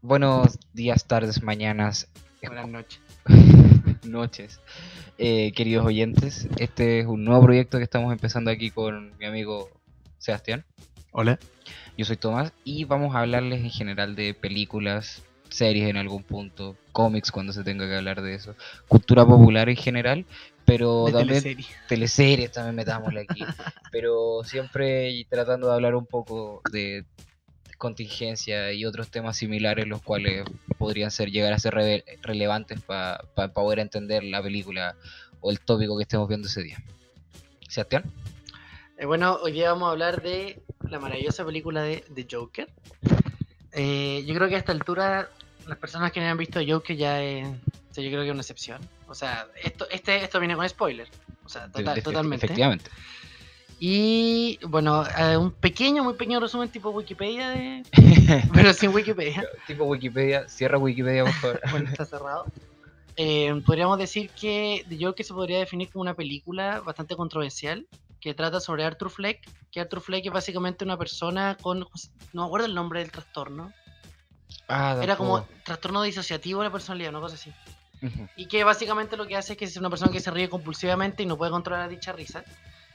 Buenos días, tardes, mañanas, eh, Buenas noches. noches, eh, queridos oyentes. Este es un nuevo proyecto que estamos empezando aquí con mi amigo Sebastián. Hola. Yo soy Tomás y vamos a hablarles en general de películas, series en algún punto, cómics cuando se tenga que hablar de eso, cultura popular en general, pero de también teleserie. teleseries también metámosle aquí, pero siempre y tratando de hablar un poco de contingencia y otros temas similares los cuales podrían ser llegar a ser reve- relevantes para poder entender la película o el tópico que estemos viendo ese día. Sebastián, Eh, bueno, hoy día vamos a hablar de la maravillosa película de, de Joker. Eh, yo creo que a esta altura las personas que no han visto Joker ya es, o sea, yo creo que es una excepción. O sea, esto, este, esto viene con spoiler. O sea, de- total- de- totalmente. efectivamente. Y bueno, eh, un pequeño, muy pequeño resumen tipo Wikipedia de... Pero sin Wikipedia. tipo Wikipedia, cierra Wikipedia por favor. bueno, está cerrado. Eh, podríamos decir que The Joker se podría definir como una película bastante controversial que trata sobre Arthur Fleck, que Arthur Fleck es básicamente una persona con, no me acuerdo el nombre del trastorno, Ah, era como tampoco. trastorno disociativo de la personalidad, una cosa así. Ujú. Y que básicamente lo que hace es que es una persona que se ríe compulsivamente y no puede controlar dicha risa.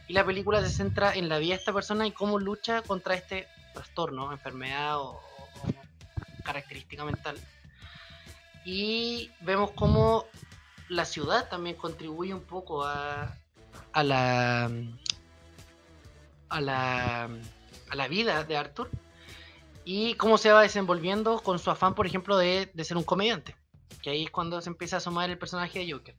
Y la película se centra en la vida de esta persona y cómo lucha contra este trastorno, enfermedad o, o- o característica mental. Y vemos cómo la ciudad también contribuye un poco a, a la a la a la vida de Arthur y cómo se va desenvolviendo con su afán, por ejemplo, de, de ser un comediante que ahí es cuando se empieza a asomar el personaje de Joker.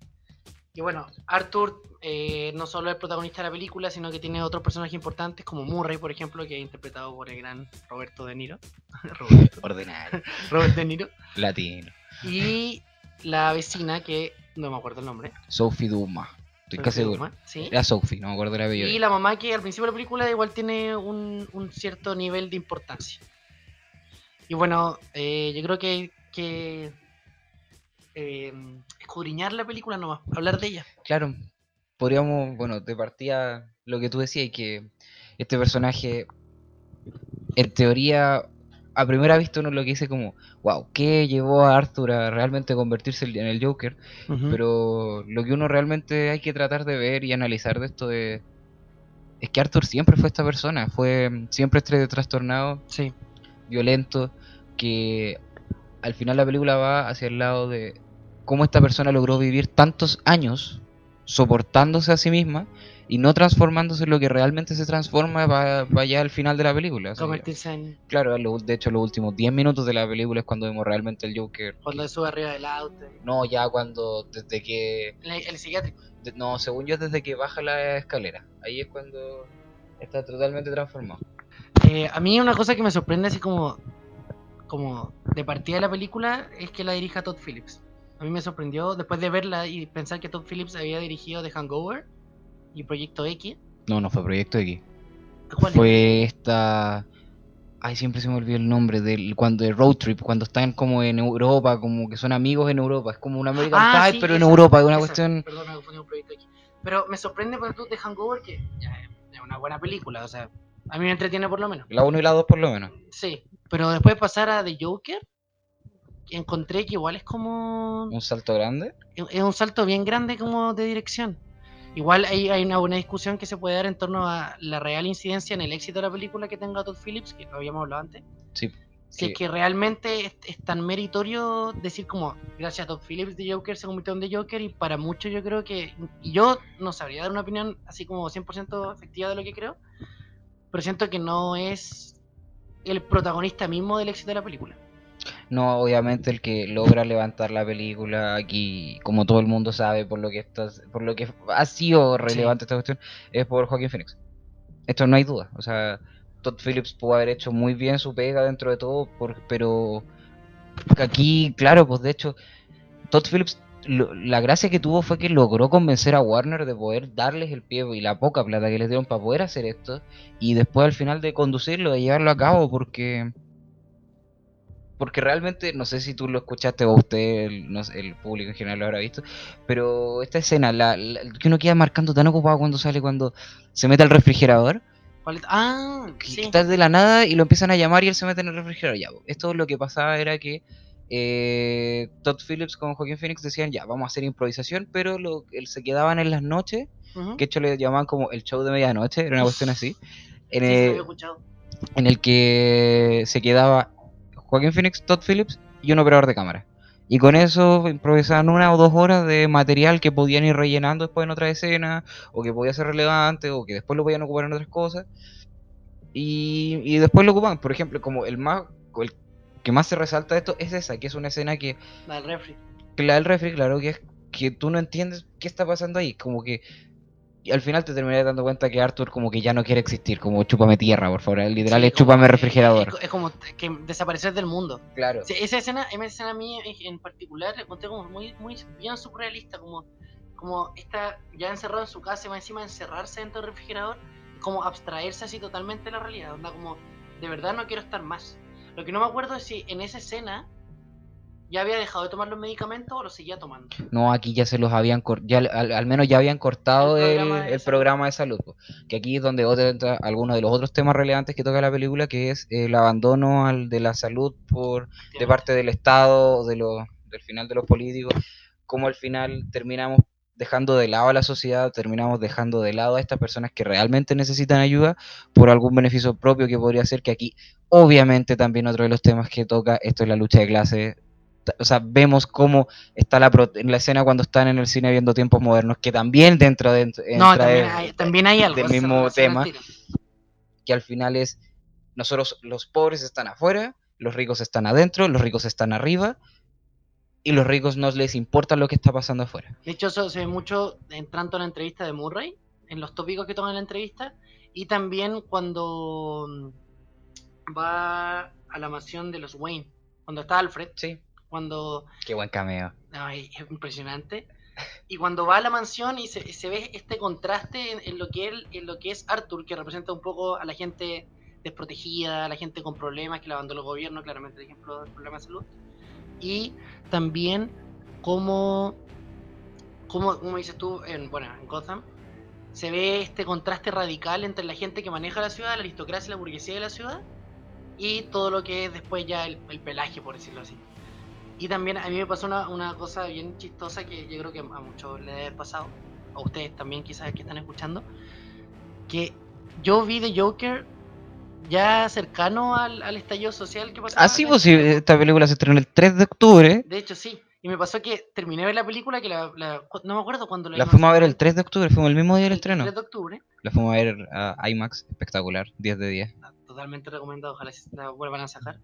Y bueno, Arthur eh, no solo es el protagonista de la película, sino que tiene otros personajes importantes, como Murray, por ejemplo, que es interpretado por el gran Roberto De Niro. Roberto, Ordinario, Robert De Niro. latino. Y la vecina, que no me acuerdo el nombre. Sophie Duma, estoy pero casi se seguro. llama, ¿sí? Era Sophie, no me acuerdo la apellido. Y la mamá que al principio de la película igual tiene un, un cierto nivel de importancia. Y bueno, eh, yo creo que, que eh, escudriñar la película nomás, hablar de ella. Claro, podríamos, bueno, de partida lo que tú decías, que este personaje, en teoría, a primera vista uno lo que dice como, wow, ¿qué llevó a Arthur a realmente convertirse en el Joker? Pero lo que uno realmente hay que tratar de ver y analizar de esto es, es que Arthur siempre fue esta persona, fue mm, siempre este trastornado, Sí, violento, que al final la película va hacia el lado de cómo esta persona logró vivir tantos años soportándose a sí misma y no transformándose en lo que realmente se transforma va, va ya al final de la película. Así que, convertirse en claro, lo- de hecho los últimos 10 minutos de la película es cuando vemos realmente el Joker. cuando se sube arriba del auto. No, ya cuando, desde que... El, el psiquiátrico. de- no, según yo, desde que baja la escalera. Ahí es cuando está totalmente transformado. Eh, a mí una cosa que me sorprende así como, como de partida de la película es que la dirija Todd Phillips. A mí me sorprendió después de verla y pensar que Todd Phillips había dirigido The Hangover y Proyecto X. No, no fue Proyecto X. ¿Cuál es? fue esta ay siempre se me olvidó el nombre del cuando de road trip cuando están como en Europa como que son amigos en Europa es como un American Ah, Pie sí, pero en esa, Europa es una esa. cuestión Perdón, me confundí con Proyecto X. Pero me sorprende por ejemplo The Hangover que ya es- es una buena película, o sea, a mí me entretiene por lo menos. la 1 y la 2 por lo menos Sí, pero después de pasar a The Joker encontré que igual es como un salto grande es es un salto bien grande como de dirección. Igual hay, hay una buena discusión que se puede dar en torno a la real incidencia en el éxito de la película que tenga Todd Phillips, que lo habíamos hablado antes. sí Si es Sí. que realmente es, es tan meritorio decir como, gracias a Todd Phillips de Joker se convirtió en The Joker y para muchos yo creo que, y yo no sabría dar una opinión así como 100% efectiva de lo que creo, pero siento que no es el protagonista mismo del éxito de la película. no obviamente el que logra levantar la película aquí como todo el mundo sabe por lo que está, por lo que ha sido relevante esta cuestión es por Joaquin Phoenix esto no hay duda o sea Todd Phillips pudo haber hecho muy bien su pega dentro de todo por- pero aquí claro pues de hecho Todd Phillips lo- la gracia que tuvo fue que logró convencer a Warner de poder darles el pie y la poca plata que les dieron para poder hacer esto y después al final de conducirlo, de llevarlo a cabo porque porque realmente, no sé si tú lo escuchaste o usted, el, no sé, el público en general lo habrá visto, pero esta escena, la, la- que uno queda marcando tan ocupado cuando sale, cuando se mete al refrigerador, ¿Cuál es? Ah, que sí. está de la nada y lo empiezan a llamar y él se mete en el refrigerador. Ya, po. esto lo que pasaba era que eh, Todd Phillips con Joaquín Phoenix decían, ya, vamos a hacer improvisación, pero lo, él se quedaban en las noches, Ujú. que de hecho le llamaban como el show de medianoche, era una cuestión así, en, Sí, sí, el- había escuchado. en el que se quedaba Joaquín Phoenix, Todd Phillips y un operador de cámara. Y con eso improvisaban una o dos horas de material que podían ir rellenando después en otra escena, o que podía ser relevante, o que después lo podían ocupar en otras cosas. Y, y después lo ocupaban, por ejemplo, como el más el que más se resalta de esto es esa, que es una escena que La del refri. la del refri, claro, que es que tú no entiendes qué está pasando ahí, como que y al final te terminas dando cuenta que Arthur como que ya no quiere existir, como chúpame tierra, por favor, literal Sí, es como chúpame que- refrigerador. Es, co- es como t- que desaparecer del mundo. Claro. Sí, esa escena, esa escena a mí en- en particular la encontré como muy, muy bien surrealista, como, como está ya encerrado en su casa y va encima encerrarse dentro del refrigerador, como abstraerse así totalmente de la realidad, onda como de verdad no quiero estar más. Lo que no me acuerdo es si en esa escena ya había dejado de tomar los medicamentos o los seguía tomando. No, aquí ya se los habían cor- ya al, al- al menos ya habían cortado El el, programa de el salud. programa de salud. po. Que aquí es donde otro, entra alguno de los otros temas relevantes que toca la película, que es el abandono al de la salud por de parte del Estado, de los del final de los políticos, cómo al final terminamos dejando de lado a la sociedad, terminamos dejando de lado a estas personas que realmente necesitan ayuda por algún beneficio propio que podría ser que aquí, obviamente también otro de los temas que toca, esto es la lucha de clases, Ta- o sea, vemos cómo está la, pro- en la escena cuando están en el cine viendo tiempos modernos, que también dentro de... No, entra también de- hay, también hay algo. del se mismo relaciona tema. al tiro. que al final es nosotros los pobres están afuera, los ricos están adentro, los ricos están arriba y los ricos no les importa lo que está pasando afuera. De hecho, eso se ve mucho en tanto en la entrevista de Murray, en los tópicos que toma en la entrevista, y también cuando mm, va a la mansión de los Wayne, cuando está Alfred, Sí, cuando... qué buen cameo. ay, es impresionante. Y cuando va a la mansión y se, se ve este contraste en, en lo que él, en lo que es Arthur, que representa un poco a la gente desprotegida, a la gente con problemas que le abandonó el gobierno, claramente el ejemplo del problema de salud. Y también como, como, como dices tú, en, bueno, en Gotham, se ve este contraste radical entre la gente que maneja la ciudad, la aristocracia, la burguesía de la ciudad, y todo lo que es después ya el, el pelaje, por decirlo así. Y también a mí me pasó una, una cosa bien chistosa que yo creo que a muchos les debe haber pasado, a ustedes también quizás que están escuchando, que yo vi de Joker ya cercano al, al estallido social que pasaba. Así acá en pues, Chile. esta película se estrenó el 3 de octubre. De hecho, sí. Y me pasó que terminé de ver la película, que la, la- cu- no me acuerdo cuándo la La vimos fuimos a ver el 3 exactamente, de octubre, fuimos el mismo día del estreno. 3 de octubre. La fuimos a ver a IMAX, espectacular, 10 de 10. Totalmente recomendado, ojalá se la vuelvan a sacar.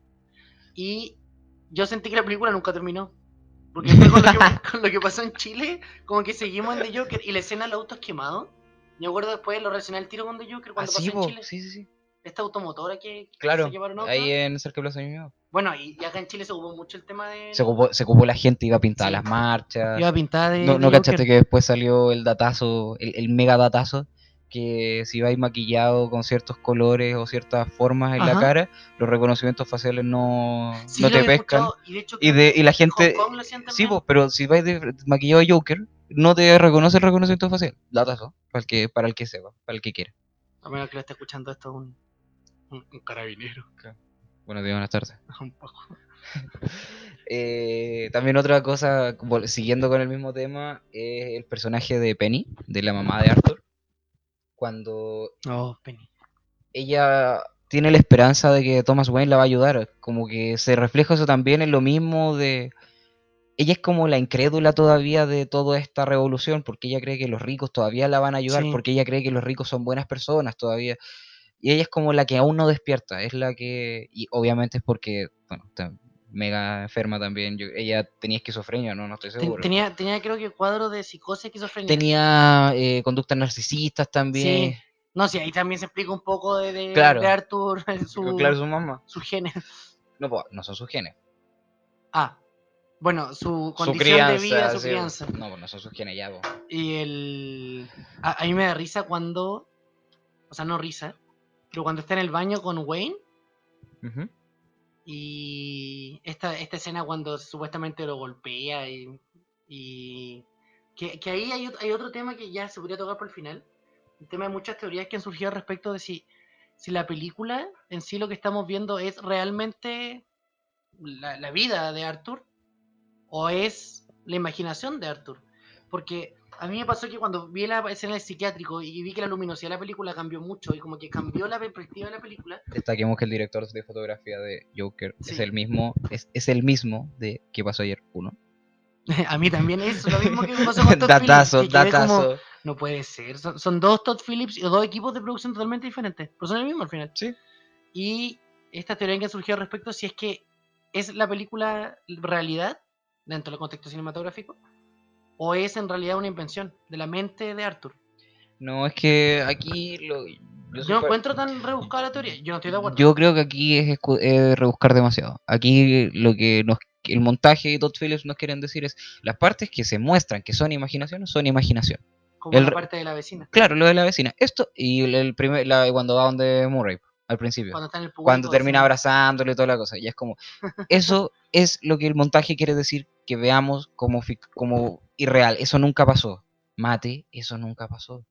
Y yo sentí que la película nunca terminó. Porque fue con lo que, con lo que pasó en Chile, como que seguimos en The Joker y la escena del auto es quemado. Yo acuerdo después, lo relacioné al tiro con The Joker cuando Así, pasó po, en Chile. Ah, sí, sí, sí. Esta automotora que que Claro, se llevaron auto. ahí en Cerca de Plaza de Ñuñoa. Bueno, y, y acá en Chile se ocupó mucho el tema de... Se ocupó, se ocupó la gente, iba a pintar Sí. las marchas. Iba a pintar de... No, de no Joker. cachaste que después salió el datazo, el, el mega datazo, que si vais maquillado con ciertos colores o ciertas formas en Ajá. la cara, los reconocimientos faciales no, Sí, no lo te había pescan. escuchado, Y de hecho, Y, de, y la en Hong gente, Kong lo hacían sí, también. po, pero si vais de- maquillado a Joker, no te reconoce el reconocimiento facial. Datazo, para el que, para el que sepa, para el que quiera. A menos que lo esté escuchando esto un, un, un carabinero, Buenos días, buenas tardes. un poco. Eh, también otra cosa, vol- siguiendo con el mismo tema, es el personaje de Penny, de la mamá de Arthur. Cuando No, Penny. ella tiene la esperanza de que Thomas Wayne la va a ayudar. Como que se refleja eso también en lo mismo de... Ella es como la incrédula todavía de toda esta revolución, porque ella cree que los ricos todavía la van a ayudar, Sí. porque ella cree que los ricos son buenas personas todavía. Y ella es como la que aún no despierta, es la que... Y obviamente es porque, bueno, está mega enferma también. yo- ella tenía esquizofrenia, no, no estoy Ten- seguro. tenía tenía, tenía creo que cuadro de psicosis esquizofrenia. eh, conductas narcisistas también. No, sí, ahí también se explica un poco de, de, Claro. de Arthur, su, Claro, su mamá. sus genes. No, po, no son sus genes. Ah, bueno, su su condición crianza, de vida, su sí, crianza. No, pues no son sus genes ya, po. Y el... A, a mí me da risa cuando... O sea, no risa, pero cuando está en el baño con Wayne y esta, esta escena cuando supuestamente lo golpea y... y que, que ahí hay, ot- hay otro tema que ya se podría tocar por el final. El tema de muchas teorías que han surgido al respecto de si, si la película en sí lo que estamos viendo es realmente la, la vida de Arthur o es la imaginación de Arthur. Porque a mí me pasó que cuando vi la escena del psiquiátrico y vi que la luminosidad de la película cambió mucho y como que cambió la perspectiva de la película, Destaquemos que el director de fotografía de Joker es Sí. el mismo, es, es el mismo de que pasó ayer uno. a mí también es lo mismo que me pasó con Todd Phillips, datazo, que quedé como, datazo. no puede ser, son, son dos Todd Phillips y dos equipos de producción totalmente diferentes, pero son el mismo al final. Sí. Y esta teoría que ha surgido al respecto, si es que es la película realidad dentro del contexto cinematográfico o es en realidad una invención de la mente de Arthur. No, es que aquí lo. Yo, soy Yo no fa- encuentro tan rebuscada la teoría. Yo no estoy de acuerdo. yo creo que aquí es escu- eh, rebuscar demasiado. Aquí lo que nos, el montaje y Todd Phillips nos quieren decir es las partes que se muestran que son imaginación son imaginación. como el la re- parte de la vecina. Claro, lo de la vecina. Esto y el, el primer, la, cuando va donde Murray al principio. Cuando está en el público. cuando termina así. abrazándolo y toda la cosa. Y es como, eso es lo que el montaje quiere decir que veamos como, fic- como irreal. Eso nunca pasó. Mate, eso nunca pasó.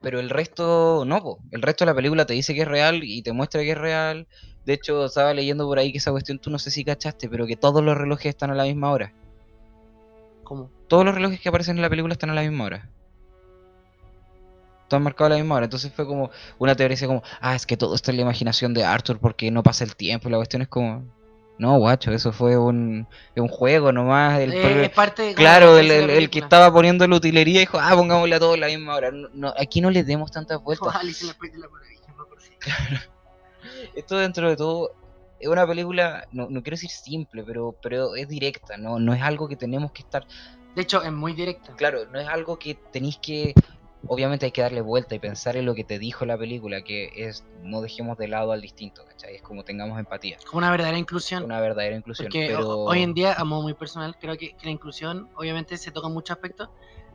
Pero el resto, no, po. el resto de la película te dice que es real y te muestra que es real. De hecho, estaba leyendo por ahí que esa cuestión tú no sé si cachaste, pero que todos los relojes están a la misma hora. ¿Cómo? Todos los relojes que aparecen en la película están a la misma hora. Todos marcados a la misma hora. Entonces fue como una teoría dice como, ah, es que todo esto es la imaginación de Arthur porque no pasa el tiempo. Y la cuestión es como, no, guacho, eso fue un, es un juego nomás. El Eh, pro- es parte de- como claro, la el, esencia de el- la el que película. estaba poniendo la utilería dijo, ah, pongámosle a todos a la misma hora. No- no, aquí no le demos tantas vueltas. Como Alice en el País de la Maravilla, me acuerdo. Esto dentro de todo es una película, no, no quiero decir simple, pero, pero es directa, ¿no? no es algo que tenemos que estar De hecho, es muy directa. Claro, no es algo que tenéis que. Obviamente hay que darle vuelta y pensar en lo que te dijo la película, que es no dejemos de lado al distinto, ¿cachai? Es como tengamos empatía, Como una verdadera inclusión. una verdadera inclusión. Porque pero ho- hoy en día, a modo muy personal, creo que, que la inclusión obviamente se toca en muchos aspectos,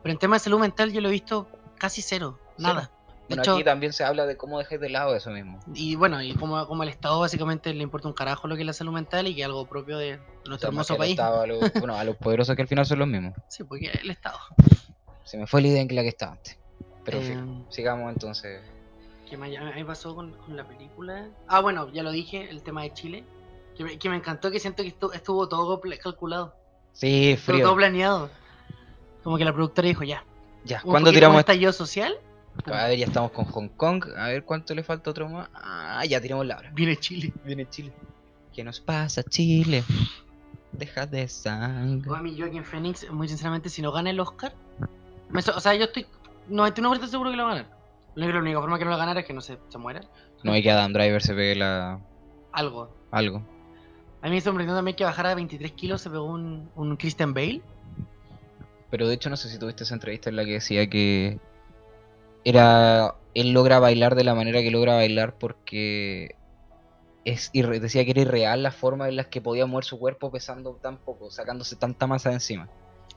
pero en tema de salud mental yo lo he visto casi cero, nada. De bueno, hecho, aquí también se habla de cómo dejáis de lado eso mismo. y bueno, y como, como al Estado básicamente le importa un carajo lo que es la salud mental y que es algo propio de O nuestro sea, más que hermoso el país. Estado a los- bueno, a los poderosos que al final son los mismos. Sí, porque el Estado. Se me fue la idea en que la que estaba antes. Pero en fin, Eh, sigamos entonces. ¿Qué más? Ya- A mí pasó con, con la película. Ah, bueno, ya lo dije, el tema de Chile. Que me, que me encantó, que siento que estu- estuvo todo pla- calculado, Sí, estuvo todo frío. planeado. Como que la productora dijo, ya. Ya, un ¿cuándo poquito de tiramos estallido social? esto? A ver, ya estamos con Hong Kong. A ver cuánto le falta a otro más. Ah, ya tiramos la hora. Viene Chile. Viene Chile. ¿Qué nos pasa, Chile? Deja de sangre. O a mí, Joaquin Phoenix, muy sinceramente, si no gana el Oscar, me so- o sea, yo estoy 99% seguro que lo va a ganar. Lo único- La única forma que no lo ganara es que no se, se muera. No hay que Adam Driver se pegue la... Algo. algo. A mí me sorprendió también que bajara a 23 kilos, se pegó un, un Christian Bale. Pero de hecho no sé si tuviste esa entrevista en la que decía que era él logra bailar de la manera que logra bailar porque es irre- decía que era irreal la forma en la que podía mover su cuerpo pesando tan poco, sacándose tanta masa de encima.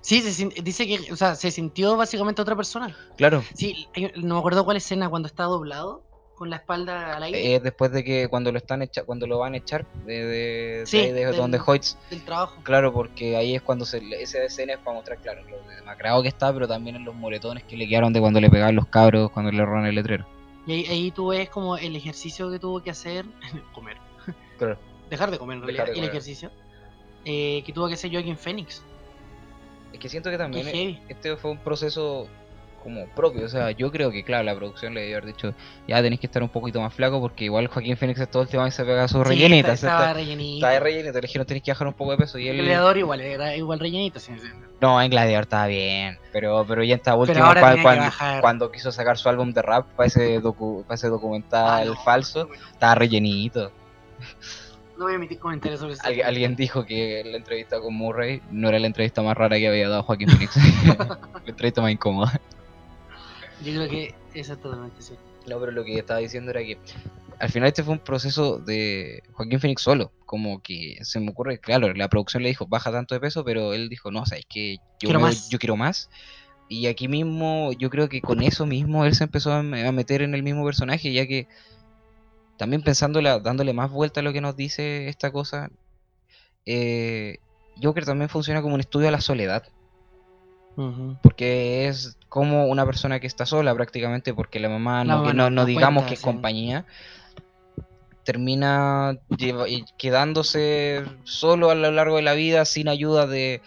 Sí, se sin- dice que, o sea, se sintió básicamente otra persona. Claro, Sí, hay- no me acuerdo cuál escena, cuando está doblado, con la espalda al aire, es Eh, después de que cuando lo están echa- cuando lo van a echar de, de, de Sí, ahí de del- donde Hoyts del trabajo. Claro, porque ahí es cuando se, le- esa escena es para mostrar, claro, lo demacrado que está, pero también en los moretones que le quedaron de cuando le pegaban los cabros, cuando le roban el letrero. Y ahí, ahí tú ves como el ejercicio que tuvo que hacer, comer, Claro. dejar de comer en realidad, Dejar de y el comer. ejercicio, eh, que tuvo que hacer Joaquin Phoenix. Es que siento que Qué también heavy. este fue un proceso como propio, o sea, yo creo que, claro, la producción le debió haber dicho, ya tenéis que estar un poquito más flaco, porque igual Joaquín Fénix es todo el tema que se pega a sus Sí, rellenitas, está- o sea, está, está Estaba rellenito. de rellenita, le dijeron tenéis que bajar un poco de peso, y El él... gladiador igual, era igual rellenito. sí, sí. No, en Gladiador estaba bien, pero, pero ya en esta última, ahora cua- tenía que cuando, bajar. cuando quiso sacar su álbum de rap para ese, docu- para ese Ah, documental no, falso, bueno, estaba rellenito. no voy a emitir comentarios sobre eso. Al- alguien dijo que la entrevista con Murray no era la entrevista más rara que había dado Joaquín Phoenix. la entrevista más incómoda. Yo creo que eso es totalmente cierto. No, pero lo que estaba diciendo era que al final este fue un proceso de Joaquín Phoenix solo. Como que se me ocurre, claro, la producción le dijo baja tanto de peso, pero él dijo no, sabes que yo Quiero me- más". yo quiero más. Y aquí mismo, yo creo que con eso mismo él se empezó a me- a meter en el mismo personaje, ya que también pensándola, dándole más vuelta a lo que nos dice esta cosa, eh, Joker también funciona como un estudio a la soledad, porque es como una persona que está sola prácticamente, porque la mamá, La no, que mamá no, no- no no digamos cuenta, que es sí. compañía, termina lleva- y quedándose solo a lo largo de la vida sin ayuda de,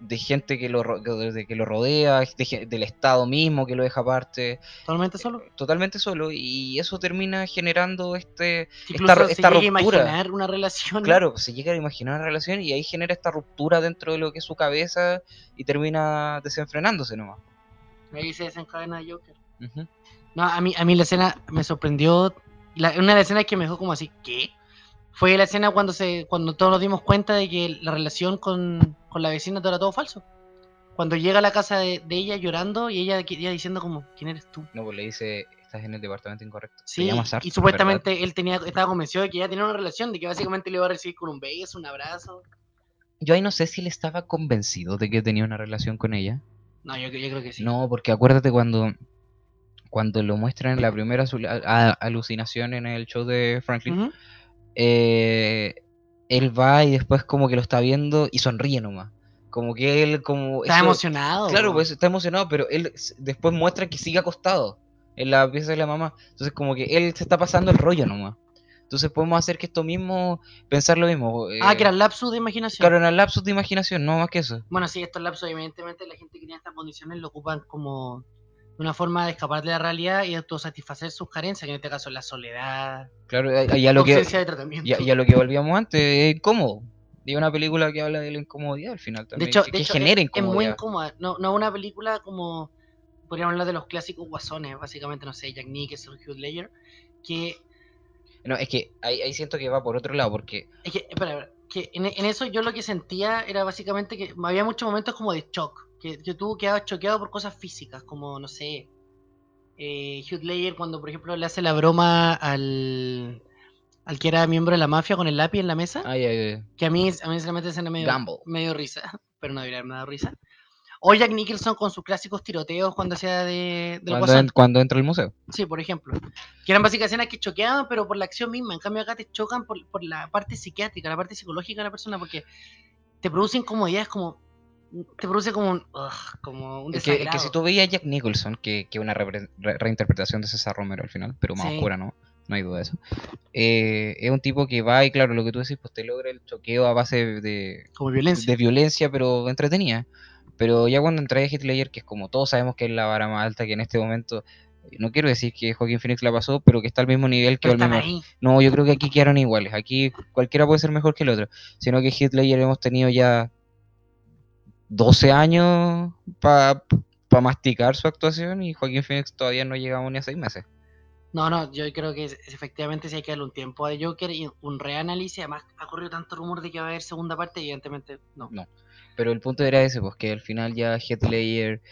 de gente que lo, ro- que- de- que lo rodea, de gen- del Estado mismo que lo deja aparte, Totalmente solo. totalmente solo, y eso termina generando este... Incluso ru- se esta llega a ruptura. imaginar una relación. Claro, pues, se llega a imaginar una relación y ahí genera esta ruptura dentro de lo que es su cabeza y termina desenfrenándose nomás. Ahí se desencadena Joker. Ujú. No, a mí, a mí la escena me sorprendió. la- una de las escenas que me dejó como así, ¿qué? Fue la escena cuando se cuando todos nos dimos cuenta de que la relación con, con la vecina era todo falso. Cuando llega a la casa de, de ella llorando y ella, ella diciendo como, ¿quién eres tú? No, pues le dice, estás en el departamento incorrecto. Te Sí, llamas Arthur, y ¿verdad?". supuestamente él tenía estaba convencido de que ella tenía una relación, de que básicamente le iba a recibir con un beso, un abrazo. Yo ahí no sé si él estaba convencido de que tenía una relación con ella. No, yo, yo creo que sí. No, porque acuérdate cuando, cuando lo muestran en la primera alu- a- a- alucinación en el show de Franklin, Ujú. eh, él va y después como que lo está viendo y sonríe nomás. Como que él como... Está eso- emocionado. Claro, weón. pues está emocionado, pero él s- después muestra que sigue acostado en la pieza de la mamá. Entonces como que él se está pasando el rollo nomás. Entonces podemos hacer que esto mismo, pensar lo mismo. Ah, eh, que era el lapsus de imaginación. Claro, en el lapsus de imaginación, no más que eso. Bueno, sí, estos lapsos, evidentemente, la gente que tiene estas condiciones lo ocupan como una forma de escapar de la realidad y de autosatisfacer sus carencias, que en este caso es la soledad, Claro, a- y a la lo que... ausencia de tratamiento. Y a, y a lo que volvíamos antes, es incómodo. Y una película que habla de la incomodidad al final de también. hecho, que, de que hecho, genera es, es muy incomodidad. incómoda. No, no es una película como, podríamos hablar de los clásicos guasones, básicamente, no sé, Jack Nicholson, Hugh Ledger, que, no, es que ahí, ahí siento que va por otro lado, porque es que, espera, espera, que en, en eso yo lo que sentía era básicamente que había muchos momentos como de shock, que, que tú quedabas choqueado por cosas físicas, como, no sé, eh, Heath Ledger cuando, por ejemplo, le hace la broma al, al que era miembro de la mafia con el lápiz en la mesa, ay, ay, ay, que a mí, a mí sinceramente se me Ah. Gamble. me dio risa, pero no debería haberme dado risa. O Jack Nicholson con sus clásicos tiroteos cuando hacía de, del cuando, Guasón. en- cuando entra al museo. Sí, por ejemplo. Que eran básicas escenas que choqueaban, pero por la acción misma. En cambio, acá te chocan por, por la parte psiquiátrica, la parte psicológica de la persona, porque te produce incomodidades como. Te produce como un. ugh, como un Es que, es que desagrado. si tú veías a Jack Nicholson, que que una repre- re- reinterpretación de César Romero al final, pero más Sí. oscura, ¿no? No hay duda de eso. Eh, es un tipo que va y claro, lo que tú decís, pues te logra el choqueo a base de, Como violencia. de violencia, pero entretenida. Pero ya cuando entré a Hitler, que es como todos sabemos que es la vara más alta que en este momento, no quiero decir que Joaquín Phoenix la pasó, pero que está al mismo nivel que Pero están Olmemer. ahí. No, yo creo que aquí quedaron iguales. Aquí cualquiera puede ser mejor que el otro. Sino que Hitler hemos tenido ya 12 años para masticar su actuación y Joaquín Phoenix todavía no llegamos ni a 6 meses. No, no, yo creo que es- es efectivamente sí hay que darle un tiempo a The Joker y un reanálisis. Además, ha corrido tanto rumor de que va a haber segunda parte, y evidentemente no. Pero el punto era ese, pues que al final ya Hitler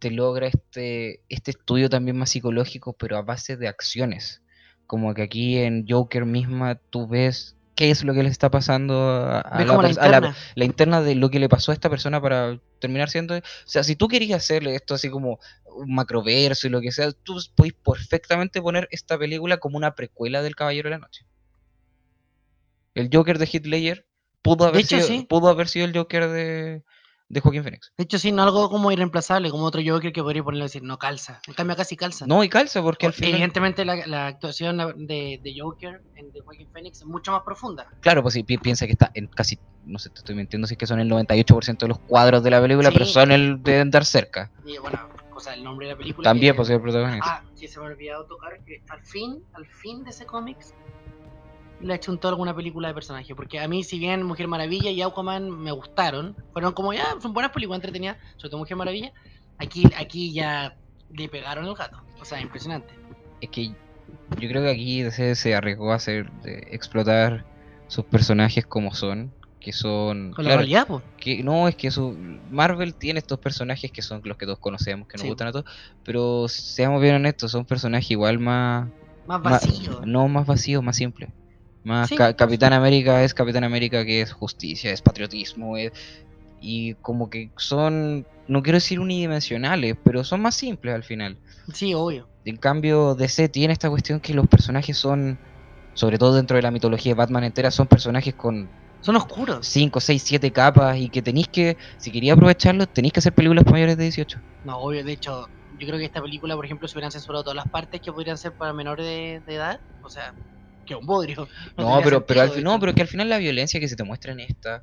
te logra este, este estudio también más psicológico, pero a base de acciones. Como que aquí en Joker misma tú ves qué es lo que le está pasando a, a Ves la como la pers- a la- interna. la interna de lo que le pasó a esta persona para terminar siendo. O sea, si tú querías hacerle esto así como un macroverso y lo que sea, tú podés perfectamente poner esta película como una precuela del Caballero de la Noche. El Joker de Heath Ledger pudo haber, De hecho, sido, sí. pudo haber sido el Joker de, de Joaquín Phoenix. De hecho, sí, no algo como irreemplazable, como otro Joker que podría ponerle a decir, no calza. En cambio, acá sí calza. No, y calza, porque al O- final. Evidentemente, la, la actuación de, de Joker en The Joaquin Phoenix es mucho más profunda. Claro, pues si pi- piensa que está en casi. No sé, te estoy mintiendo si es que son el 98% de los cuadros de la película, pero Sí. son el de andar cerca. Y bueno, o sea, el nombre de la película. También, que- pues, es el protagonista. Ah, que se me ha olvidado tocar que al fin, al fin de ese cómics, le achuntó alguna película de personaje. Porque a mí, si bien Mujer Maravilla y Aquaman me gustaron, fueron como ya, son buenas películas entretenidas, sobre todo Mujer Maravilla, aquí, aquí ya le pegaron el gato. O sea, impresionante. Es que yo creo que aquí DC se arriesgó a hacer de explotar sus personajes como son, que son Con la claro, realidad, pues. que no es que su Marvel tiene estos personajes que son los que todos conocemos, que nos Sí. gustan a todos, pero seamos bien honestos, son personajes igual más Más ma- vacío. no más vacíos, más simples. Más Sí, Ca- pues. Capitán América es Capitán América que es justicia, es patriotismo, es y como que son no quiero decir unidimensionales, pero son más simples al final. Sí, obvio. En cambio, DC tiene esta cuestión que los personajes son, sobre todo dentro de la mitología de Batman entera, son personajes con Son oscuros. 5, 6, 7 capas y que tenéis que, si quería aprovecharlos, tenéis que hacer películas para mayores de 18. No, obvio. De hecho, yo creo que esta película, por ejemplo, se hubieran censurado todas las partes que pudieran ser para menores de, de edad. O sea, que un bodrio. No, tenía pero, pero, al, sentido, fi- de no, hecho. pero que al final la violencia que se te muestra en esta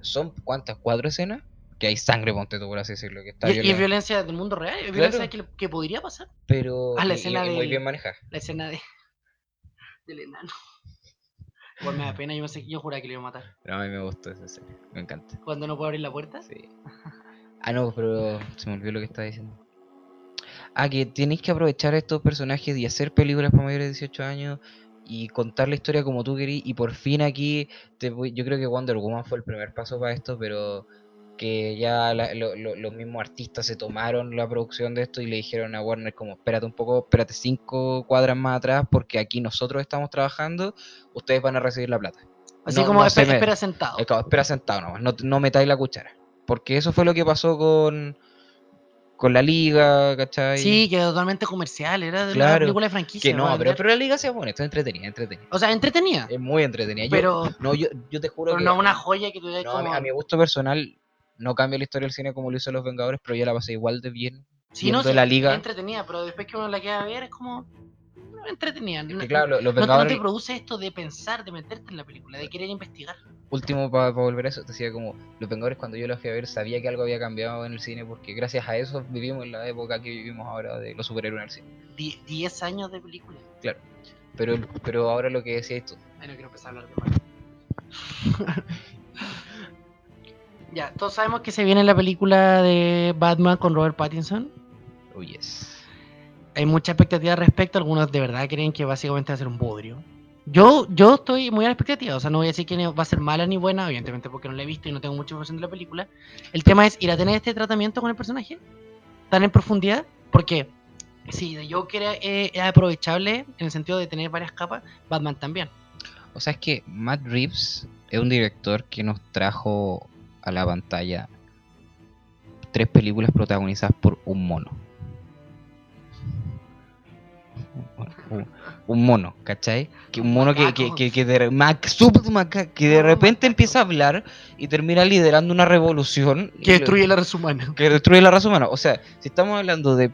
son cuántas, cuatro escenas que hay sangre, ponte tú, por así decirlo, que está Y- y, es violenta. violencia del mundo real, es violencia que, que podría pasar. pero Ah, la y- y- escena y muy del- bien manejada. La escena de del enano. Igual me da pena, yo, pensé- yo juraba que le iba a matar. No, a mí me gustó esa escena, me encanta. Cuando no puedo abrir la puerta. Sí. Ah, no, pero se me olvidó lo que estaba diciendo. Ah, que tenéis que aprovechar a estos personajes y hacer películas para mayores de 18 años y contar la historia como tú querís. Y por fin aquí, te voy- yo creo que Wonder Woman fue el primer paso para esto, pero que ya la- lo- lo- los mismos artistas se tomaron la producción de esto y le dijeron a Warner como, espérate un poco, espérate cinco cuadras más atrás porque aquí nosotros estamos trabajando, ustedes van a recibir la plata. Así No- como no se espera, me- espera sentado. Eh, claro, espera sentado nomás, no, no metáis la cuchara. Porque eso fue lo que pasó con, con la liga, ¿cachai? Sí, que era totalmente comercial, era de una Claro, película de franquicia. que no, para pero, vender. pero la liga se pone, está entretenida, entretenida. O sea, entretenida. Es muy entretenida. Yo- pero no, yo, yo te juro pero que no una joya que tuviera no, a, como... mi, a mi gusto personal no cambia la historia del cine como lo hizo Los Vengadores, pero yo la pasé igual de bien Sí, no, viendo sí, la liga. es entretenida, pero después que uno la queda a ver es como... no, Entretenida. Que No, claro, lo- Los no- no Vengadores, te produce esto de pensar, de meterte en la película, de querer investigar. último para volver a eso, decía como, Los Vengadores cuando yo la fui a ver sabía que algo había cambiado en el cine porque gracias a eso vivimos en la época que vivimos ahora de los superhéroes en el cine. Die- Diez años de película. Pero, pero ahora lo que decía esto, Ay, no quiero empezar a hablar de Marvel. ya, todos sabemos que se viene la película de Batman con Robert Pattinson. Oh, yes. Hay mucha expectativa al respecto. Algunos de verdad creen que básicamente va a ser un bodrio. Yo, yo estoy muy a la expectativa. O sea, no voy a decir que va a ser mala ni buena, evidentemente, porque no la he visto y no tengo mucha información de la película. El tema es ir a tener este tratamiento con el personaje tan en profundidad, porque si The Joker es, es eh, aprovechable en el sentido de tener varias capas, Batman también. O sea, es que Matt Reeves es un director que nos trajo a la pantalla tres películas protagonizadas por un mono. Un- Un mono, ¿cachai? Que un mono que, que, que, que de, re- ma- sub- maca- que de Un repente macaco. empieza a hablar y termina liderando una revolución. y Que lo- destruye la raza humana. que destruye la raza humana. O sea, si estamos hablando de,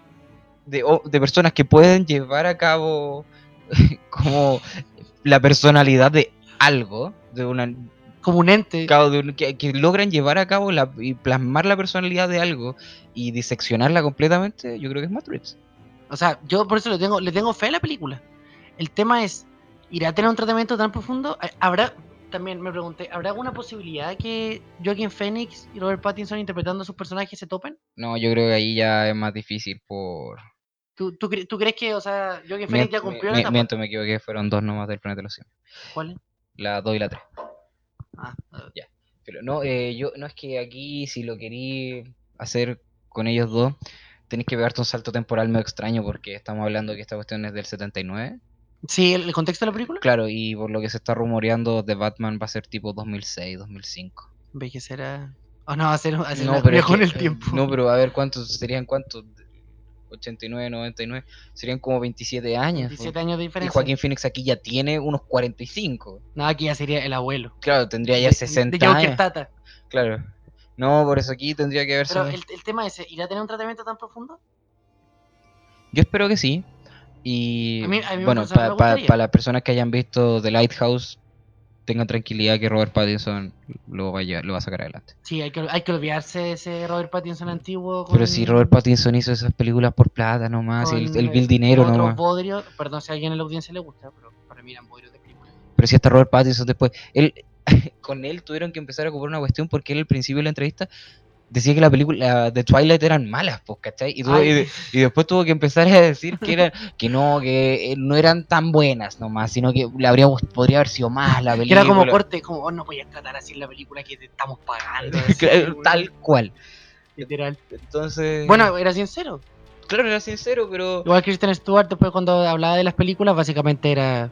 de, o- de personas que pueden llevar a cabo como la personalidad de algo, de una Como un ente. cabo de un- que, que logran llevar a cabo la, y plasmar la personalidad de algo y diseccionarla completamente, yo creo que es Matrix. O sea, yo por eso le tengo, le tengo fe a la película. El tema es, ¿irá a tener un tratamiento tan profundo? Eh, ¿Habrá, también me pregunté, ¿habrá alguna posibilidad que Joaquin Phoenix y Robert Pattinson interpretando a sus personajes se topen? No, yo creo que ahí ya es más difícil por... ¿Tú, tú, cre- tú crees que, o sea, Joaquin Phoenix ya Miento, cumplió me, la etapa? miento, me equivoqué, fueron dos nomás del planeta de los simios. ¿Cuál es? La 2 y la 3. Ah, eh, Pero no, eh, yo, no es que aquí si lo querí hacer con ellos dos, tenéis que pegarte un salto temporal medio extraño porque estamos hablando que esta cuestión es del 79. sí, el, el contexto de la película. Claro, y por lo que se está rumoreando de Batman va a ser tipo 2006, 2005. Envejecer a... O Oh, no, hacer, hacer No, no, pero es con que- el tiempo. No, pero a ver, ¿cuántos serían cuántos? 89, 99, serían como 27 años. 17 años de Y diferencia. Joaquín Phoenix aquí ya tiene unos 45. Nada, que ya sería el abuelo. Claro, tendría ya De- 60 De Joker años. Tata. Claro. No, por eso aquí tendría que haberse... Pero el, el tema es, ¿irá a tener un tratamiento tan profundo? Yo espero que sí. Y A mí- a mí bueno, personal para me gustaría. las personas que hayan visto The Lighthouse, tengan tranquilidad que Robert Pattinson lo va a, llevar- lo va a sacar adelante. Sí, hay que, hay que olvidarse de ese Robert Pattinson antiguo. Mm. Pero si Robert Pattinson hizo esas películas por plata nomás, el, con el Bill Dinero otro nomás. bodrio, perdón si a alguien en la audiencia le gusta, pero para mí eran bodrios de película. Pero si hasta Robert Pattinson después. Él, con él tuvieron que empezar a ocupar una cuestión porque él al principio de la entrevista decía que las películas de Twilight eran malas, pues, ¿cachai? Y, tuvo- Ay. y de- y después tuvo que empezar a decir que eran, que no, que eh, no eran tan buenas nomás, sino que le habría gust- podría haber sido más la Que película. era como corte, como vos no podías tratar así la película que te estamos pagando. así, Claro, weón, tal cual. literal. Entonces. Bueno, era sincero. claro, era sincero, pero. Igual Kristen Stewart, después cuando hablaba de las películas, básicamente era.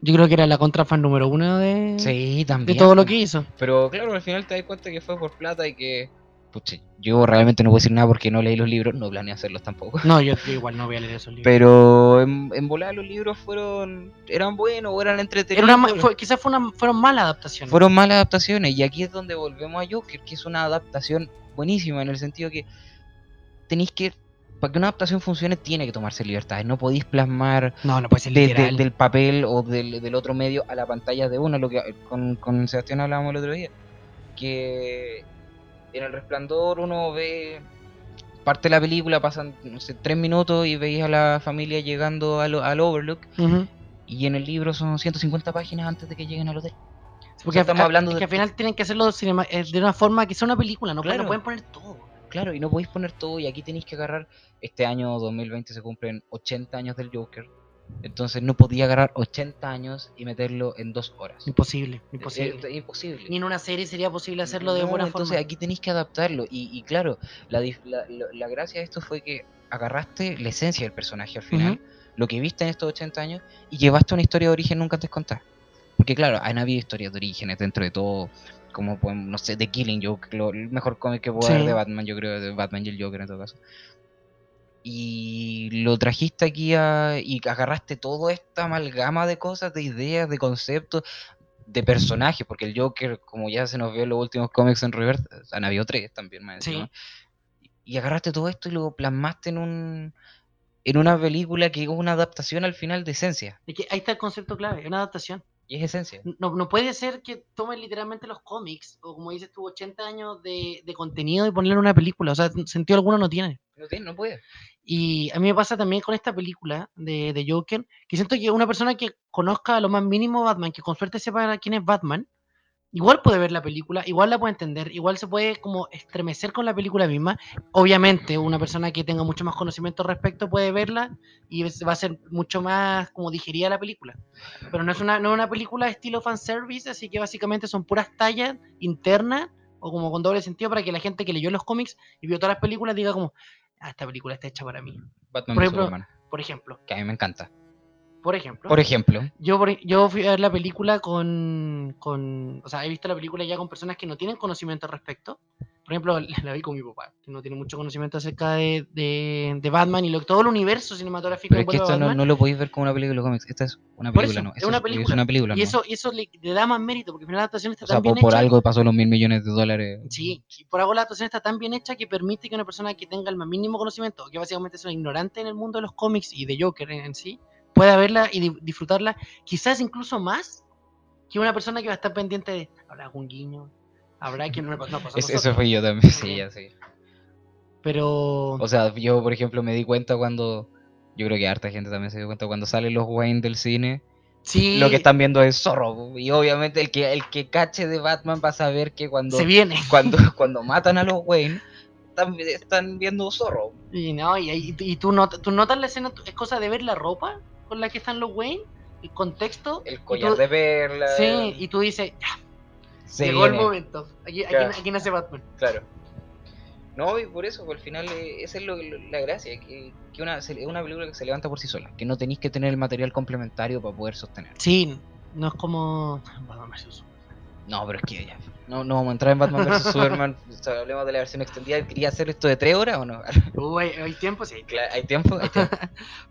Yo creo que era la contrafan número uno de, Sí, de también. pues. todo lo que hizo. Pero claro, al final te das cuenta que fue por plata y que. Puche, yo realmente no puedo decir nada porque no leí los libros, no planeo hacerlos tampoco. No, yo, yo igual no voy a leer esos libros. Pero en, en volada los libros fueron. eran buenos, o eran entretenidos. Era una ma- bueno. fue- quizás fue una- fueron malas adaptaciones. Fueron malas adaptaciones. Y aquí es donde volvemos a Joker, que es una adaptación buenísima, en el sentido que tenéis que. para que una adaptación funcione tiene que tomarse libertades. No podéis plasmar No, no puede ser desde literal. del papel o del, del otro medio a la pantalla de uno, lo que con, con Sebastián hablábamos el otro día. Que en el resplandor uno ve parte de la película, pasan no sé, tres minutos y veis a la familia llegando al, al Overlook. Ujú. Y en el libro son 150 páginas antes de que lleguen al hotel. Sí, Porque O sea, estamos a- hablando es de- que al final tienen que hacerlo cinema- eh, de una forma que sea una película, no, pueden- Claro. no pueden poner todo. Claro, y no podéis poner todo y aquí tenéis que agarrar, este año 2020 se cumplen 80 años del Joker, entonces no podía agarrar 80 años y meterlo en dos horas. Imposible, Eh, imposible. eh, imposible. Ni en una serie sería posible hacerlo de No, buena entonces forma. aquí tenéis que adaptarlo y, y claro, la, dif- la- lo- la gracia de esto fue que agarraste la esencia del personaje al final, lo que viste en estos 80 años y llevaste una historia de origen nunca antes contada. Porque claro, han habido historias de orígenes dentro de todo, como podemos- no sé, The Killing Joke, lo, el mejor cómic que puede Sí. haber de Batman, yo creo, de Batman y el Joker en todo caso. Y lo trajiste aquí a, y agarraste toda esta amalgama de cosas, de ideas, de conceptos, de personajes, porque el Joker, como ya se nos vio en los últimos cómics en River, han habido tres también más Sí. encima. Y agarraste todo esto y lo plasmaste en un en una película que es una adaptación al final de esencia. Es que ahí está el concepto clave, es una adaptación. Y es esencia. No, no puede ser que tomen literalmente los cómics, o como dices tú, 80 años de, de contenido y ponerlo en una película. O sea, sentido alguno no tiene. No tiene, no puede. Y a mí me pasa también con esta película de, de Joker, que siento que una persona que conozca a lo más mínimo Batman, que con suerte sepa quién es Batman, igual puede ver la película, igual la puede entender, igual se puede como estremecer con la película misma. Obviamente, una persona que tenga mucho más conocimiento al respecto puede verla y es- va a ser mucho más como digerida la película. Pero no es una, no es una película estilo fanservice, así que básicamente son puras tallas internas o como con doble sentido para que la gente que leyó los cómics y vio todas las películas diga como, ah, esta película está hecha para mí. Batman Por vs ejemplo- Superman, Por ejemplo, que a mí me encanta. por ejemplo, Por ejemplo, yo, por- yo fui a ver la película con, con. O sea, he visto la película ya con personas que no tienen conocimiento al respecto. Por ejemplo, la, la vi con mi papá, que no tiene mucho conocimiento acerca de, de- de Batman y lo, todo el universo cinematográfico pero es que envuelve a esto no, Batman. no lo podéis ver como una película de cómics. Esta es una Por película, eso, no. es esta una Es película. una película, y no. eso, y eso le, le da más mérito, porque al final la adaptación está O sea, tan bien por, por hecha. algo pasó los mil millones de dólares. Sí, y por algo la adaptación está tan bien hecha que permite que una persona que tenga el más mínimo conocimiento, que básicamente es un ignorante en el mundo de los cómics y de Joker en, en sí, pueda verla y di- disfrutarla, quizás incluso más que una persona que va a estar pendiente de, habrá algún guiño, habrá que no le pasó, no pasó a Es- nosotros". eso fui yo también, Sí. sí, ya sí. Pero O sea, yo por ejemplo me di cuenta cuando, yo creo que harta gente también se dio cuenta, cuando salen los Wayne del cine, sí, lo que están viendo es Zorro. po, Y obviamente el que, el que cache de Batman va a saber que cuando, se viene. cuando, cuando matan a los Wayne, están, están viendo Zorro. Y no, y, ahí- y tú, not- tú notas la escena, tú- es cosa de ver la ropa con la que están los Wayne, el contexto. y El tú- collar de perlas. Sí, y tú dices, ya, se llegó el viene. momento, aquí, aquí, Claro. aquí nace Batman. Claro. No, y por eso, por el final, eh, esa es lo- lo- la gracia, que, que una, se- es una película que se levanta por sí sola, que no tenéis que tener el material complementario para poder sostener. Sí, no es como. Batman vs. Superman. No, pero es que ya. No, no vamos a entrar en Batman vs. Superman, o sea, hablemos de la versión extendida. ¿Quería hacer esto de tres horas o no? Uh, hay, hay tiempo, sí. Cla- ¿Hay tiempo? Hay tiempo.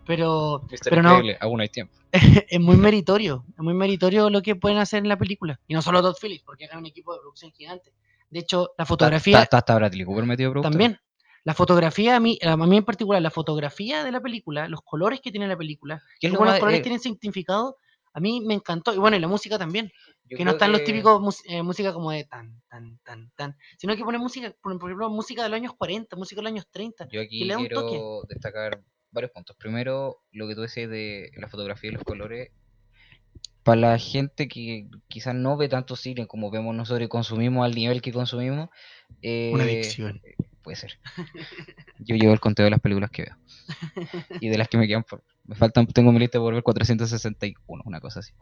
Pero Mister Pero no. Increíble, aún hay tiempo. es muy meritorio. Es muy meritorio lo que pueden hacer en la película. Y no solo Todd Phillips, porque era un equipo de producción gigante. De hecho, la Está, fotografía está, está Bradley Cooper metido productor. también. La fotografía, a mí, a mí en particular, la fotografía de la película, los colores que tiene la película, ¿Qué es lo cómo los más- colores eh, tienen significado, a mí me encantó. Y bueno, y la música también. yo que no creo están los que- típicos mus- eh, música como de tan, tan, tan, tan. Sino que ponen música, por por ejemplo, música de los años 40, música de los años 30. Yo aquí le da un quiero toque. destacar varios puntos. Primero, lo que tú decías de la fotografía y los colores. Para la gente que quizás no ve tanto cine como vemos nosotros y consumimos al nivel que consumimos, Una eh, adicción. puede ser. Yo llevo el conteo de las películas que veo y de las que me quedan por. Me faltan, tengo mi lista por ver 461, una cosa así.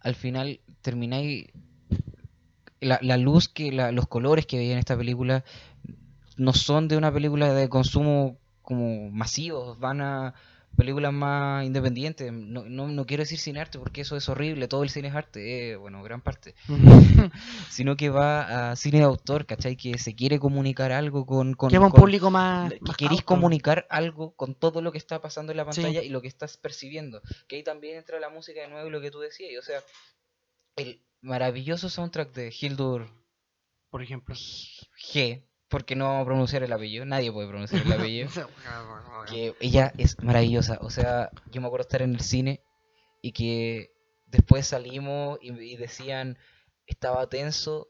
Al final termináis. La, la luz, que la- los colores que veía en esta película no son de una película de consumo como masivo, van a películas más independientes. No, no, no quiero decir sin arte porque eso es horrible, todo el cine es arte, eh, bueno, gran parte sino que va a cine de autor, ¿cachai? Que se quiere comunicar algo con... con, Lleva un con- público más. que más queréis cauto. comunicar algo con todo lo que está pasando en la Sí. pantalla y lo que estás percibiendo. Que ahí también entra la música de nuevo y lo que tú decías. y, O sea, el maravilloso soundtrack de Hildur por ejemplo. G, porque no vamos a pronunciar el apellido, nadie puede pronunciar el apellido. que ella es maravillosa. O sea, yo me acuerdo estar en el cine y que después salimos y, y decían, estaba tenso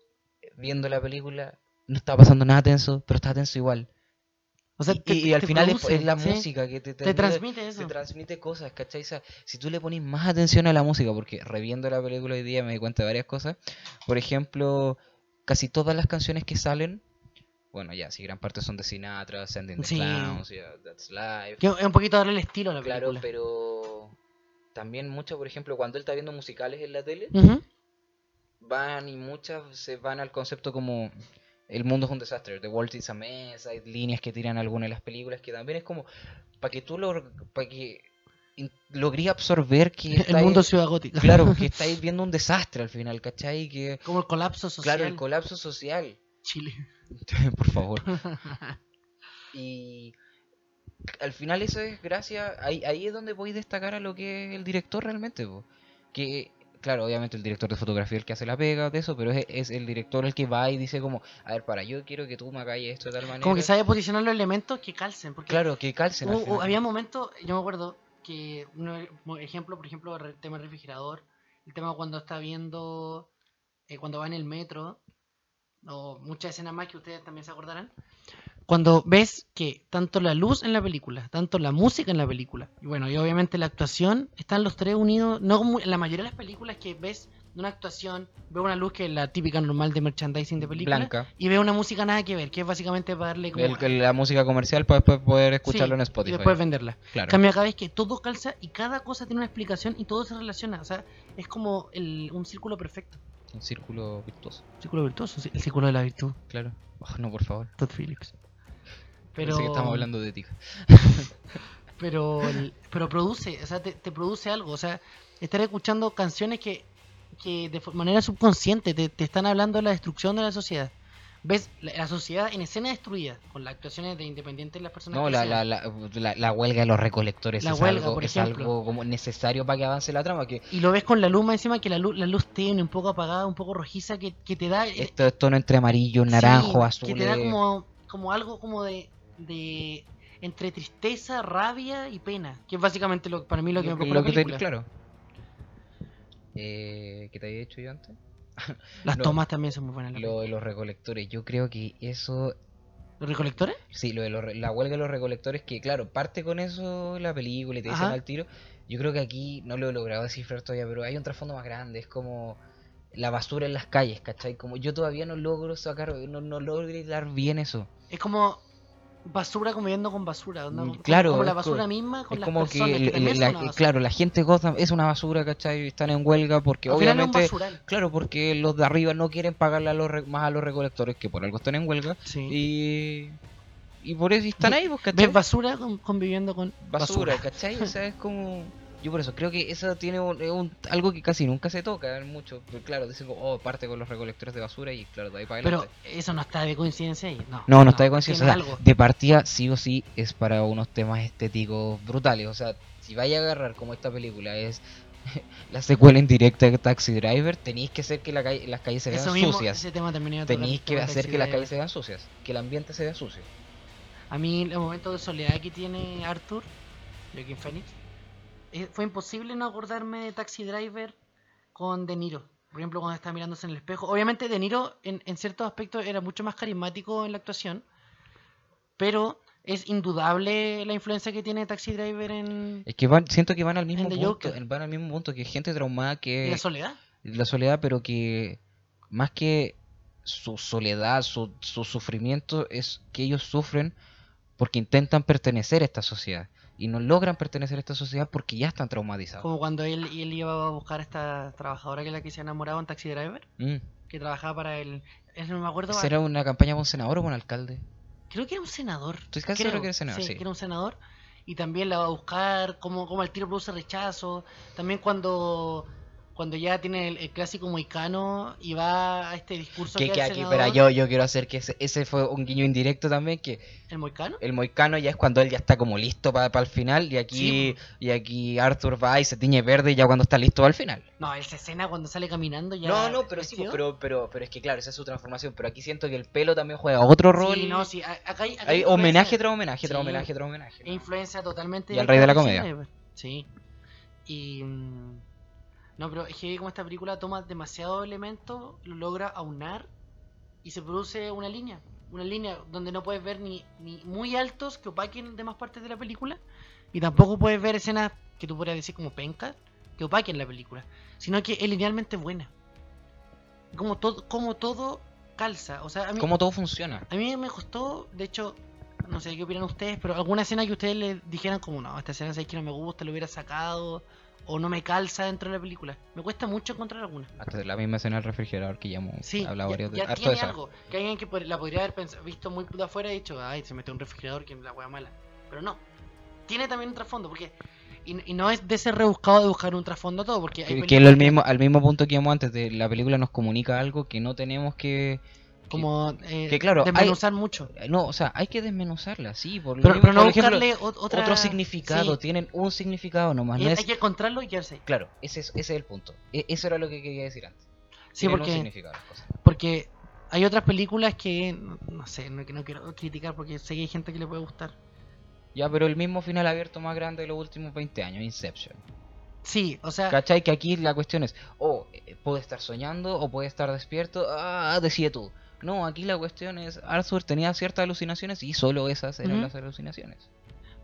viendo la película, no estaba pasando nada tenso, pero estaba tenso igual. O sea, y, te- y te al final es, produce, es la ¿sí? música que te, Te transmite transmite eso. te transmite cosas, ¿cachai? O sea, si tú le pones más atención a la música, porque reviendo la película hoy día me di cuenta de varias cosas. Por ejemplo, casi todas las canciones que salen, bueno, ya, si gran parte son de Sinatra, Sending the Sí. Clowns, yeah, That's Life, Que es un poquito darle el estilo a la claro, película. pero también mucho, por ejemplo, cuando él está viendo musicales en la tele, Ujú. van y muchas se van al concepto como el mundo es un desastre, The World is a Mess, hay líneas que tiran algunas de las películas que también es como para que tú lo para que in- logré absorber que El estáis- mundo ciudad gótica. claro, que estáis viendo un desastre al final, ¿cachai? Que Como el colapso social claro, el colapso social. de Chile. Por favor. Y al final eso es gracias, ahí, ahí es donde podéis destacar a lo que es el director realmente. po. Que, claro, obviamente el director de fotografía es el que hace la pega de eso, pero es, es el director el que va y dice como, a ver, para, yo quiero que tú me hagáis esto de tal manera. Como que sabe posicionar los elementos que calcen. Porque Claro, que calcen. al hubo- final. había momentos, yo me acuerdo, que uno- por ejemplo, por ejemplo, el tema del refrigerador, el tema cuando está viendo, eh, cuando va en el metro, o muchas escenas más que ustedes también se acordarán. Cuando ves que tanto la luz en la película, tanto la música en la película, y bueno, y obviamente la actuación, están los tres unidos. No como en la mayoría de las películas que ves una actuación, veo una luz que es la típica normal de merchandising de película, Blanca. y veo una música nada que ver, que es básicamente para darle como. El- el- la música comercial para después poder Sí, escucharlo en Y Spotify. después venderla. claro. Cambia cada vez que todo calza y cada cosa tiene una explicación y todo se relaciona. O sea, es como el- un círculo perfecto. Un círculo virtuoso. Círculo virtuoso, sí, el círculo de la virtud. Claro. Oh, no, por favor. Todd Phillips. Pero, Parece que estamos hablando de ti. pero, el- pero produce, o sea, te, te produce algo. O sea, estar escuchando canciones que, que de fo- manera subconsciente te, te están hablando de la destrucción de la sociedad. Ves la, la sociedad en escena destruida, con las actuaciones de independientes de las personas. No, que la, sean. la, la, la- la huelga de los recolectores La es, huelga, algo, por es ejemplo. algo como necesario para que avance la trama. Que Y lo ves con la luz más encima que la luz, la luz tiene un poco apagada, un poco rojiza, que, que te da... esto es tono entre amarillo, naranjo, Sí, azul. Que te da eh, como, como algo como de, de. entre tristeza, rabia y pena. Que es básicamente lo, para mí lo que me propone la que te- película. Claro. Eh, ¿Qué te había hecho yo antes? Las lo- tomas también son muy buenas. en la Lo de los recolectores. Yo creo que eso. película. ¿Los recolectores? Sí, lo de los re- la huelga de los recolectores, que claro, parte con eso la película y te dicen Ajá. al tiro. Yo creo que aquí no lo he logrado descifrar todavía, pero hay un trasfondo más grande. Es como la basura en las calles, ¿cachai? Como yo todavía no logro sacar, no, no logro hilar bien eso. Es como basura conviviendo con basura. onda, Mm, como- claro, Como la es basura co- misma con es las como que, personas. el- que también el- son la, una basura. claro la gente de Gotham es una basura ¿cachai? están en huelga porque Al final es un obviamente basural. claro porque los de arriba no quieren pagarle a los re- más a los recolectores que por algo están en huelga Sí. y y por eso están ahí pues, ¿cachai? Ves basura con- conviviendo con basura, basura. ¿cachai? O sea, es como... Yo por eso creo que eso tiene un, es un- algo que casi nunca se toca mucho. Pero claro, dicen como, oh, parte con los recolectores de basura y claro, de ahí para Pero adelante. eso no está de coincidencia ahí. No, no, no está de conciencia. tiene o sea, algo. de partida sí o sí es para unos temas estéticos brutales. O sea, si vaya a agarrar como esta película es la secuela indirecta de Taxi Driver, tenéis que hacer que la calle- las calles se vean Eso mismo, sucias. ese tema también iba a tocar, Tenéis el que tema hacer Taxi que las Driver. calles se vean sucias, que el ambiente se vea sucio. A mí el momento de soledad que tiene Arthur, Joaquin Phoenix, eh, fue imposible no acordarme de Taxi Driver con De Niro. Por ejemplo, cuando está mirándose en el espejo. Obviamente De Niro en, en ciertos aspectos era mucho más carismático en la actuación, pero es indudable la influencia que tiene Taxi Driver en, Es que van, siento que van al mismo The punto, Joker. van al mismo punto que gente traumada en que la soledad. la soledad, pero que más que su soledad, su, su sufrimiento, es que ellos sufren porque intentan pertenecer a esta sociedad. Y no logran pertenecer a esta sociedad porque ya están traumatizados. Como cuando él, él iba a buscar a esta trabajadora que es la que se ha enamorado en Taxi Driver, Mm. que trabajaba para el... él no me acuerdo... ¿Esa era una campaña para un senador o para un alcalde? Creo que era un senador. Estoy casi seguro que era senador, sí. que era un senador. Y también la va a buscar, cómo, cómo el tiro produce rechazo. También cuando, cuando ya tiene el, el clásico moicano y va a este discurso Que, da que el aquí, senador, pero yo, yo quiero hacer que ese, ese fue un guiño indirecto también, que ¿El moicano? el moicano ya es cuando él ya está como listo para el final, y aquí, Sí, y aquí Arthur va y se tiñe verde ya cuando está listo para el final. No, él se escena cuando sale caminando ya. no, no, pero sí, pues, vestido. pero, pero, pero es que claro, esa es su transformación, pero aquí siento que el pelo también juega otro rol. Sí, no, sí, a- acá hay, acá Hay influencia- homenaje tras homenaje, tras Sí. homenaje, tras homenaje. e influencia totalmente. Y al rey de la Carlos comedia. Slim, pues. Sí. Y. mm, No, pero es que como esta película toma demasiado elemento, lo logra aunar y se produce una línea. Una línea donde no puedes ver ni, ni muy altos que opaquen demás partes de la película y tampoco puedes ver escenas que tú podrías decir como penca que opaquen la película, sino que es linealmente buena. Como todo, como todo calza. O sea, a mí, Cómo todo funciona. a mí me costó, de hecho, no sé qué opinan ustedes, pero alguna escena que ustedes le dijeran como, no, esta escena sabéis que no me gusta, lo hubiera sacado, o no me calza dentro de la película. Me cuesta mucho encontrar alguna. Hasta la misma escena del refrigerador que ya hemos Sí, hablado ya, varias ya veces. Harto de tiene esa. algo. Que alguien que pod- la podría haber pens- visto muy de afuera y dicho, ay, se metió un refrigerador, que es la wea mala. Pero no. Tiene también un trasfondo, porque... Y, y no es de ser rebuscado de buscar un trasfondo a todo, porque hay Que, que es películas lo mismo, al mismo punto que íbamos antes, de la película nos comunica algo que no tenemos que... como eh, que claro, hay- desmenuzar mucho. No, o sea, hay que desmenuzarla, sí, por, lo Pero, mismo, pero no por ejemplo, buscarle ot- otra- otro significado, sí, tienen un significado nomás, y no hay es... que encontrarlo y quedarse ahí. Claro, ese es, ese es el punto. E- eso era lo que quería decir antes. Sí, Tienen un porque... significado las cosas. Porque hay otras películas que, no, no sé, no, que no quiero criticar porque sé que hay gente que le puede gustar. Ya, pero el mismo final abierto más grande de los últimos 20 años, Inception. Sí, o sea, ¿Cachai? Que aquí la cuestión es, o eh, puede estar soñando o puede estar despierto, ah, decide tú. No, aquí la cuestión es, Arthur tenía ciertas alucinaciones y solo esas eran Ujú. las alucinaciones.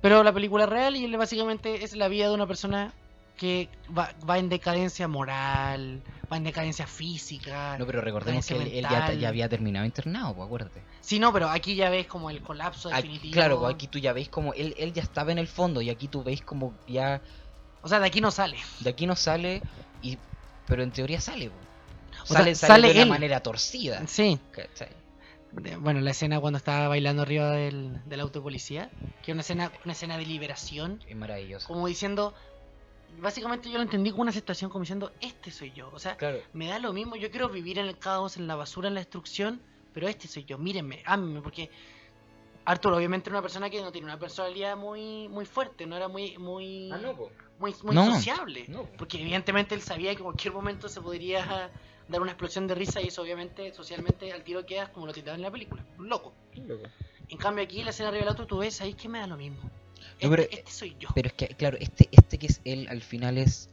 pero la película es real y él básicamente es la vida de una persona que va, va en decadencia moral, va en decadencia física. No, pero recordemos que Decadencia él, él ya, mental. ya había terminado internado, pues acuérdate. Sí, no, pero aquí ya ves como el colapso Aquí- definitivo. claro, pues aquí tú ya veis como él, él ya estaba en el fondo y aquí tú veis como ya O sea, de aquí no sale. de aquí no sale, y pero en teoría sale. pues. sea, Sale, sale, sale de él. una manera torcida. Sí. ¿cachai? De- Bueno, la escena cuando estaba bailando arriba del, del auto de policía, que es una escena, una escena de liberación. Es maravilloso. como diciendo, básicamente yo lo entendí como una aceptación, como diciendo, este soy yo, o sea, Claro, me da lo mismo, yo quiero vivir en el caos, en la basura, en la destrucción, pero este soy yo, mírenme, ámenme, porque Arturo obviamente era una persona que no tiene una personalidad muy muy fuerte, no era muy muy Ah, no, po. muy, muy No, sociable, no, po. porque evidentemente él sabía que en cualquier momento se podría dar una explosión de risa y eso obviamente socialmente al tiro quedas como lo titulaban en la película, un loco. En cambio aquí la escena arriba del auto tú ves, ahí que me da lo mismo. Este, No, pero- este soy yo. Pero es que, claro, este, este que es él al final es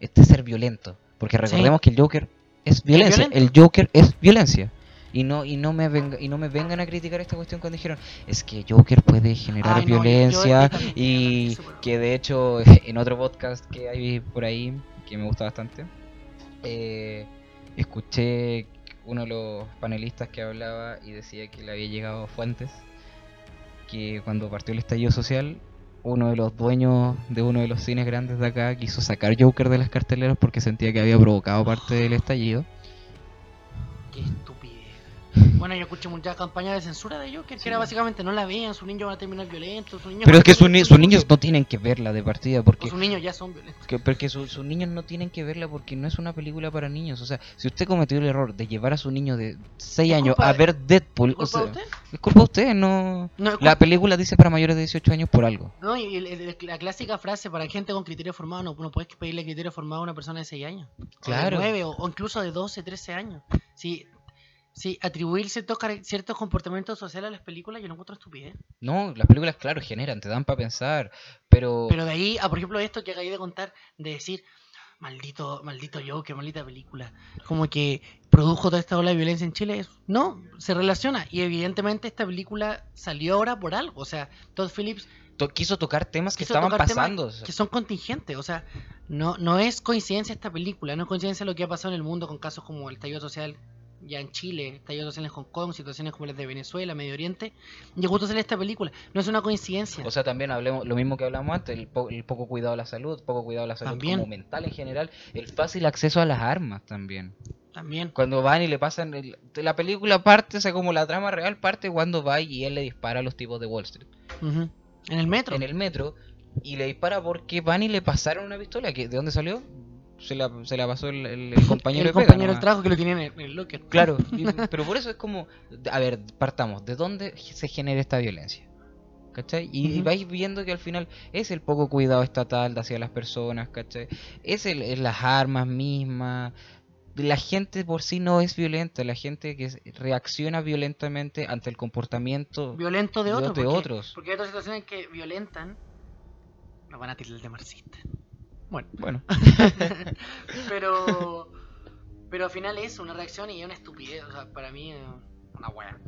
este ser violento. Porque recordemos que el Joker es violencia. violento. El Joker es violencia. Y no, y no me venga, y no me vengan a criticar esta cuestión cuando dijeron es que Joker puede generar Ay, no, yo- yo- violencia yo también y creo que que de hecho en otro podcast que hay por ahí que me gusta bastante eh, escuché uno de los panelistas que hablaba y decía que le había llegado fuentes que cuando partió el estallido social uno de los dueños de uno de los cines grandes de acá quiso sacar Joker de las carteleras porque sentía que había provocado parte del estallido. Qué estupidez. Bueno, yo escuché muchas campañas de censura de Joker, Sí. que era básicamente no la vean, sus niños van a terminar violentos, sus niños Pero es que sus sus, ni- sus niños no tienen que verla de partida porque sus niños ya son violentos. Que, porque su- sus niños no tienen que verla porque no es una película para niños. O sea, si usted cometió el error de llevar a su niño de 6 ¿Es años culpa a de- ver Deadpool, ¿Es o culpa sea, de usted? es culpa de usted, no. No, es culpa- La película dice para mayores de 18 años por algo. no, y el- el- la clásica frase para gente con criterio formado, no, no puedes pedirle criterio formado a una persona de 6 años. Claro. O de 9, o, o incluso de 12, 13 años. Si, si atribuir ciertos, care- ciertos comportamientos sociales a las películas, yo lo encuentro estupidez. No, las películas, claro, generan, te dan para pensar. Pero, Pero de ahí, a por ejemplo, esto que acabé de contar, de decir, maldito, maldito Joker, maldita película, como que produjo toda esta ola de violencia en Chile, es- no, se relaciona. Y evidentemente esta película salió ahora por algo, o sea, Todd Phillips to- quiso tocar temas que quiso estaban tocar temas pasando. o sea, que son contingentes, o sea, no, no es coincidencia esta película, no es coincidencia lo que ha pasado en el mundo con casos como el estallido social ya en Chile, estallido social en Hong Kong, situaciones como las de Venezuela, Medio Oriente, y justo sale esta película, no es una coincidencia. O sea, también hablemos lo mismo que hablamos antes, el, po- el poco cuidado de la salud, poco cuidado de la salud También. como mental en general, el fácil acceso a las armas también. También. Cuando van y le pasan. el- la película parte, o sea, como la trama real parte cuando va y él le dispara a los tipos de Wall Street Ujú. En el metro. en el metro y le dispara porque van y le pasaron una pistola. que ¿De dónde salió? se la, se la pasó el, el- el compañero el de pega compañero del nomás. trabajo que lo tiene en el, en el locker. Claro, y- pero por eso es como, a ver, partamos, ¿de dónde se genera esta violencia? ¿Cachai? Y Ujú. vais viendo que al final es el poco cuidado estatal hacia las personas, ¿cachai? Es, el, es las armas mismas. La gente por sí no es violenta, la gente que se- reacciona violentamente ante el comportamiento Violento de, de, otros de porque- otros. Porque hay otras situaciones que violentan. Nos van a tildar de marxista. Bueno. Bueno, pero. Pero al final es una reacción y es una estupidez. O sea, para mí, eh, una wea.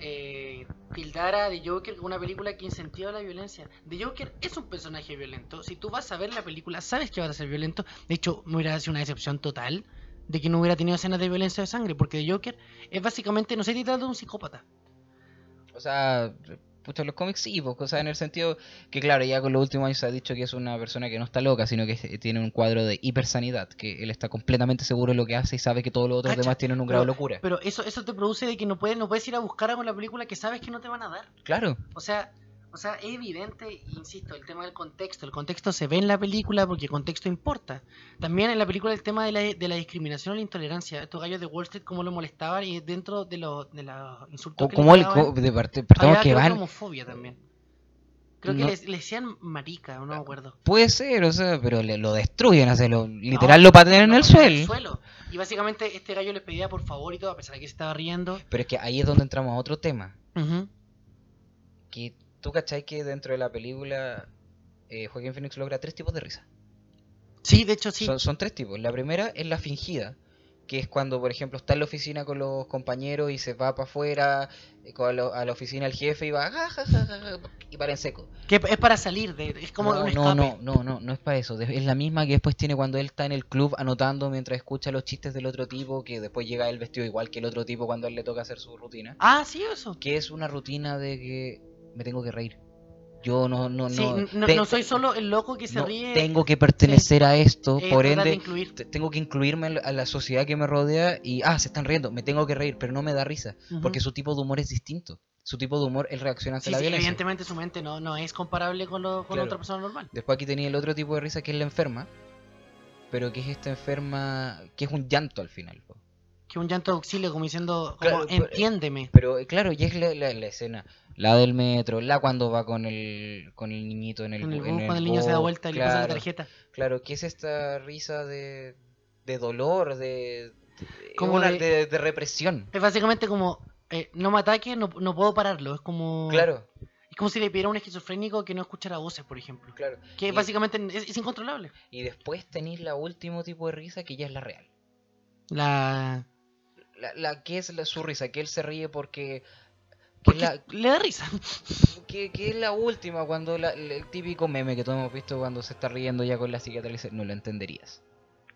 Eh, tildar a The Joker como una película que incentiva la violencia. The Joker es un personaje violento. Si tú vas a ver la película, sabes que va a ser violento. De hecho, me hubiera sido una decepción total de que no hubiera tenido escenas de violencia de sangre. Porque The Joker es básicamente, no sé, tildado de un psicópata. o sea, pucha, los cómics sí, pues, o sea, en el sentido que, claro, ya con los últimos años se ha dicho que es una persona que no está loca, sino que es- tiene un cuadro de hipersanidad, que él está completamente seguro de lo que hace y sabe que todos los otros Cacha, demás tienen un grado de Ah, pero- locura. Pero eso, eso te produce de que no puedes, no puedes ir a buscar algo en la película que sabes que no te van a dar. Claro, O sea, o sea, es evidente, insisto, el tema del contexto. El contexto se ve en la película porque el contexto importa. También en la película el tema de la, de la discriminación o la intolerancia. Estos gallos de Wall Street, cómo lo molestaban y dentro de los de los insultos co- que Ah, como le el tiraban, co- de parte- partamos había que creo que van, homofobia también. Creo que No. les, les decían marica, no me acuerdo. puede ser, o sea, pero le- lo destruyen, o sea, lo- literal No, lo patean en no, el suelo. Y básicamente este gallo les pedía por favor y todo, a pesar de que se estaba riendo. Pero es que ahí es donde entramos a otro tema, Ujú. que tú cachai que dentro de la película eh, Joaquín Phoenix logra tres tipos de risa. Sí, de hecho sí. Son, son tres tipos. La primera es la fingida, que es cuando, por ejemplo, está en la oficina con los compañeros y se va para afuera, eh, con lo- a la oficina el jefe y va, "Ja, ja, ja, ja, ja", y para en seco. Que es para salir, de, es como no, un no, escape. no, no, no, no es para eso. De- Es la misma que después tiene cuando él está en el club anotando mientras escucha los chistes del otro tipo, que después llega él vestido igual que el otro tipo cuando a él le toca hacer su rutina. Ah, sí, eso. Que es una rutina de que me tengo que reír. Yo no, no, Sí, no. n- no, te- no soy solo el loco que se no ríe. Tengo que pertenecer a esto, eh, por tratar ende, de incluir. te- tengo que incluirme en la- a la sociedad que me rodea y, ah, se están riendo, me tengo que reír, pero no me da risa, Ujú. porque su tipo de humor es distinto. Su tipo de humor, él reacciona ante Sí, la sí, violencia. evidentemente su mente no, no es comparable con, lo, con Claro. otra persona normal. Después aquí tenía el otro tipo de risa que es la enferma, pero que es esta enferma, que es un llanto al final. po. Que un llanto de auxilio, como diciendo, como, Claro, pero- entiéndeme. Pero eh, claro, y es la, la- la escena, la del metro, la cuando va con el, con el niñito en el, En el bu- bus, en cuando el niño se da bus, vuelta y le pasa la claro. tarjeta. Claro, que es esta risa de, de dolor, de, de- Como una- de- de- de represión. Es básicamente como, eh, no me ataque, no, no puedo pararlo. Es como, Claro, es como si le pidiera a un esquizofrénico que no escuchara voces, por ejemplo. claro. Que Y- básicamente es, es incontrolable. Y después tenéis la último tipo de risa que ya es la real. La... La, la que es la, su risa, que él se ríe porque... Que, es Pues Porque la, le da risa. que, que es la última, cuando la- el típico meme que todos hemos visto cuando se está riendo ya con la psiquiatra, le dice, no lo entenderías.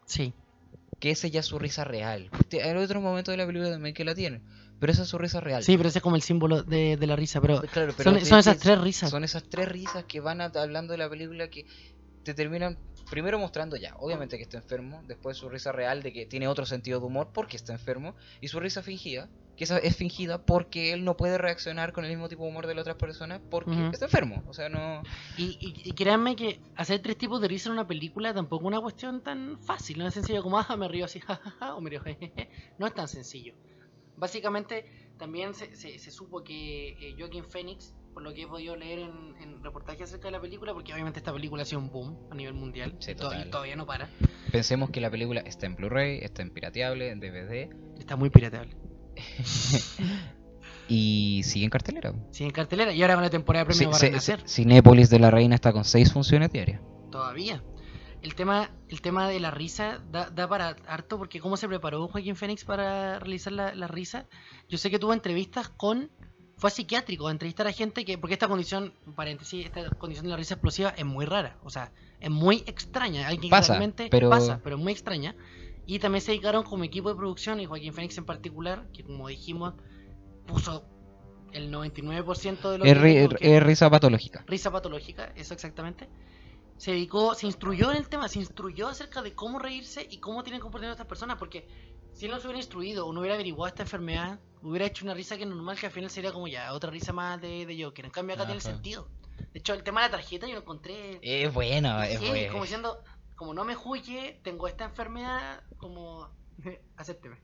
Sí. Que esa ya es su risa real. Te- Hay otro momento de la película también que la tiene, pero esa es su risa real. Sí, pero ese es como el símbolo de, de la risa. Pero Claro, pero son, te- son esas te- tres risas. Son esas tres risas que van a- hablando de la película que te terminan primero mostrando ya, obviamente que está enfermo, después su risa real de que tiene otro sentido de humor porque está enfermo, y su risa fingida, que esa es fingida porque él no puede reaccionar con el mismo tipo de humor de las otras personas porque Ujú. está enfermo, o sea, no... Y, y- y créanme que hacer tres tipos de risa en una película tampoco es una cuestión tan fácil, no es sencillo como, ah, me río así, jajaja, o me río, jejeje. No es tan sencillo. Básicamente, también se, se- se supo que eh, Joaquin Phoenix, por lo que he podido leer en, en reportajes acerca de la película, porque obviamente esta película ha sido un boom a nivel mundial, Sí, y to- y total. todavía no para, Pensemos que la película está en Blu-ray, está en pirateable, en DVD, está muy pirateable. y sigue en cartelera. Sigue en cartelera, y ahora con la temporada de Sí, premios va a sí, renacer. sí, Cinépolis de la Reina está con seis funciones diarias. Todavía. El tema, el tema de la risa da, da para harto porque cómo se preparó Joaquín Fénix para realizar la, la risa. Yo sé que tuvo entrevistas con... Fue a psiquiátrico a entrevistar a gente que... Porque esta condición, paréntesis, esta condición de la risa explosiva es muy rara. O sea, es muy extraña. Alguien que Pasa, realmente pero- pasa, pero es muy extraña. Y también se dedicaron como equipo de producción y Joaquín Fénix en particular, que como dijimos, puso el 99% de lo Es, que ri- le tuvo que- es risa patológica. risa patológica, eso exactamente. Se dedicó, se instruyó en el tema, se instruyó acerca de cómo reírse y cómo tienen comportamiento estas personas, porque si no se hubiera instruido o no hubiera averiguado esta enfermedad, hubiera hecho una risa que normal, que al final sería como ya, otra risa más de, de Joker. En cambio, acá tiene Ajá. Eh, sentido. De hecho, el tema de la tarjeta yo lo encontré. Es buena, es heavy, buena. como diciendo, como no me juzgue, tengo esta enfermedad, como acépteme.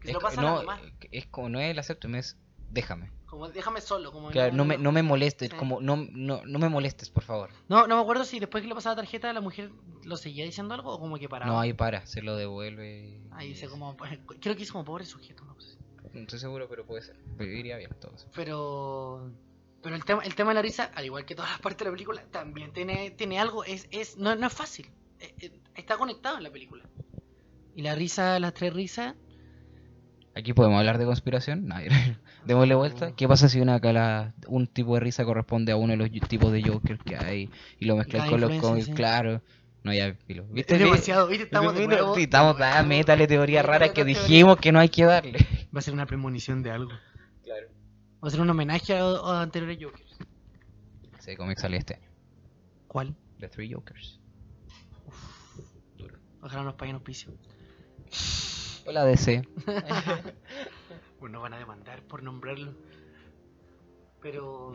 Que se Es, lo co- pasa a la no, eh, mamá, es como no es el acéptame, es déjame. como déjame solo, como Claro, no me, no me molestes, Sí. como no, no, no me molestes, por favor. No, no me acuerdo si después que le pasaba la tarjeta la mujer lo seguía diciendo algo o como que paraba. No, ahí para, se lo devuelve. Ahí y- dice como, creo que hizo como pobre sujeto, no sé. No estoy seguro, pero puede ser. Pero iría bien, todos. Pero. Pero el tema, el tema de la risa, al igual que todas las partes de la película, también tiene, tiene algo, es, es, no, no es fácil. Eh, eh, Está conectado en la película. Y la risa, las tres risas, Aquí podemos hablar de conspiración. Ah, No, démosle vuelta. ¿Qué pasa si una cala, un tipo de risa corresponde a uno de los yo- tipos de Joker que hay y lo mezclas Cada con los influencia, cómics? sí. Claro. No, ya, filo. ¿Viste? es que- demasiado, ¿viste? Estamos de Mira, nuevo, sí, estamos de a nuevo. métale teorías Métale raras que otra teoría. dijimos que no hay que darle. Va a ser una premonición de algo. Claro. Va a ser un homenaje a, a anteriores Jokers. Ese cómic sale este año. ¿Cuál? The Three Jokers. Duro. Ojalá nos paguen auspicio. Hola DC. Bueno, van a demandar por nombrarlo. Pero.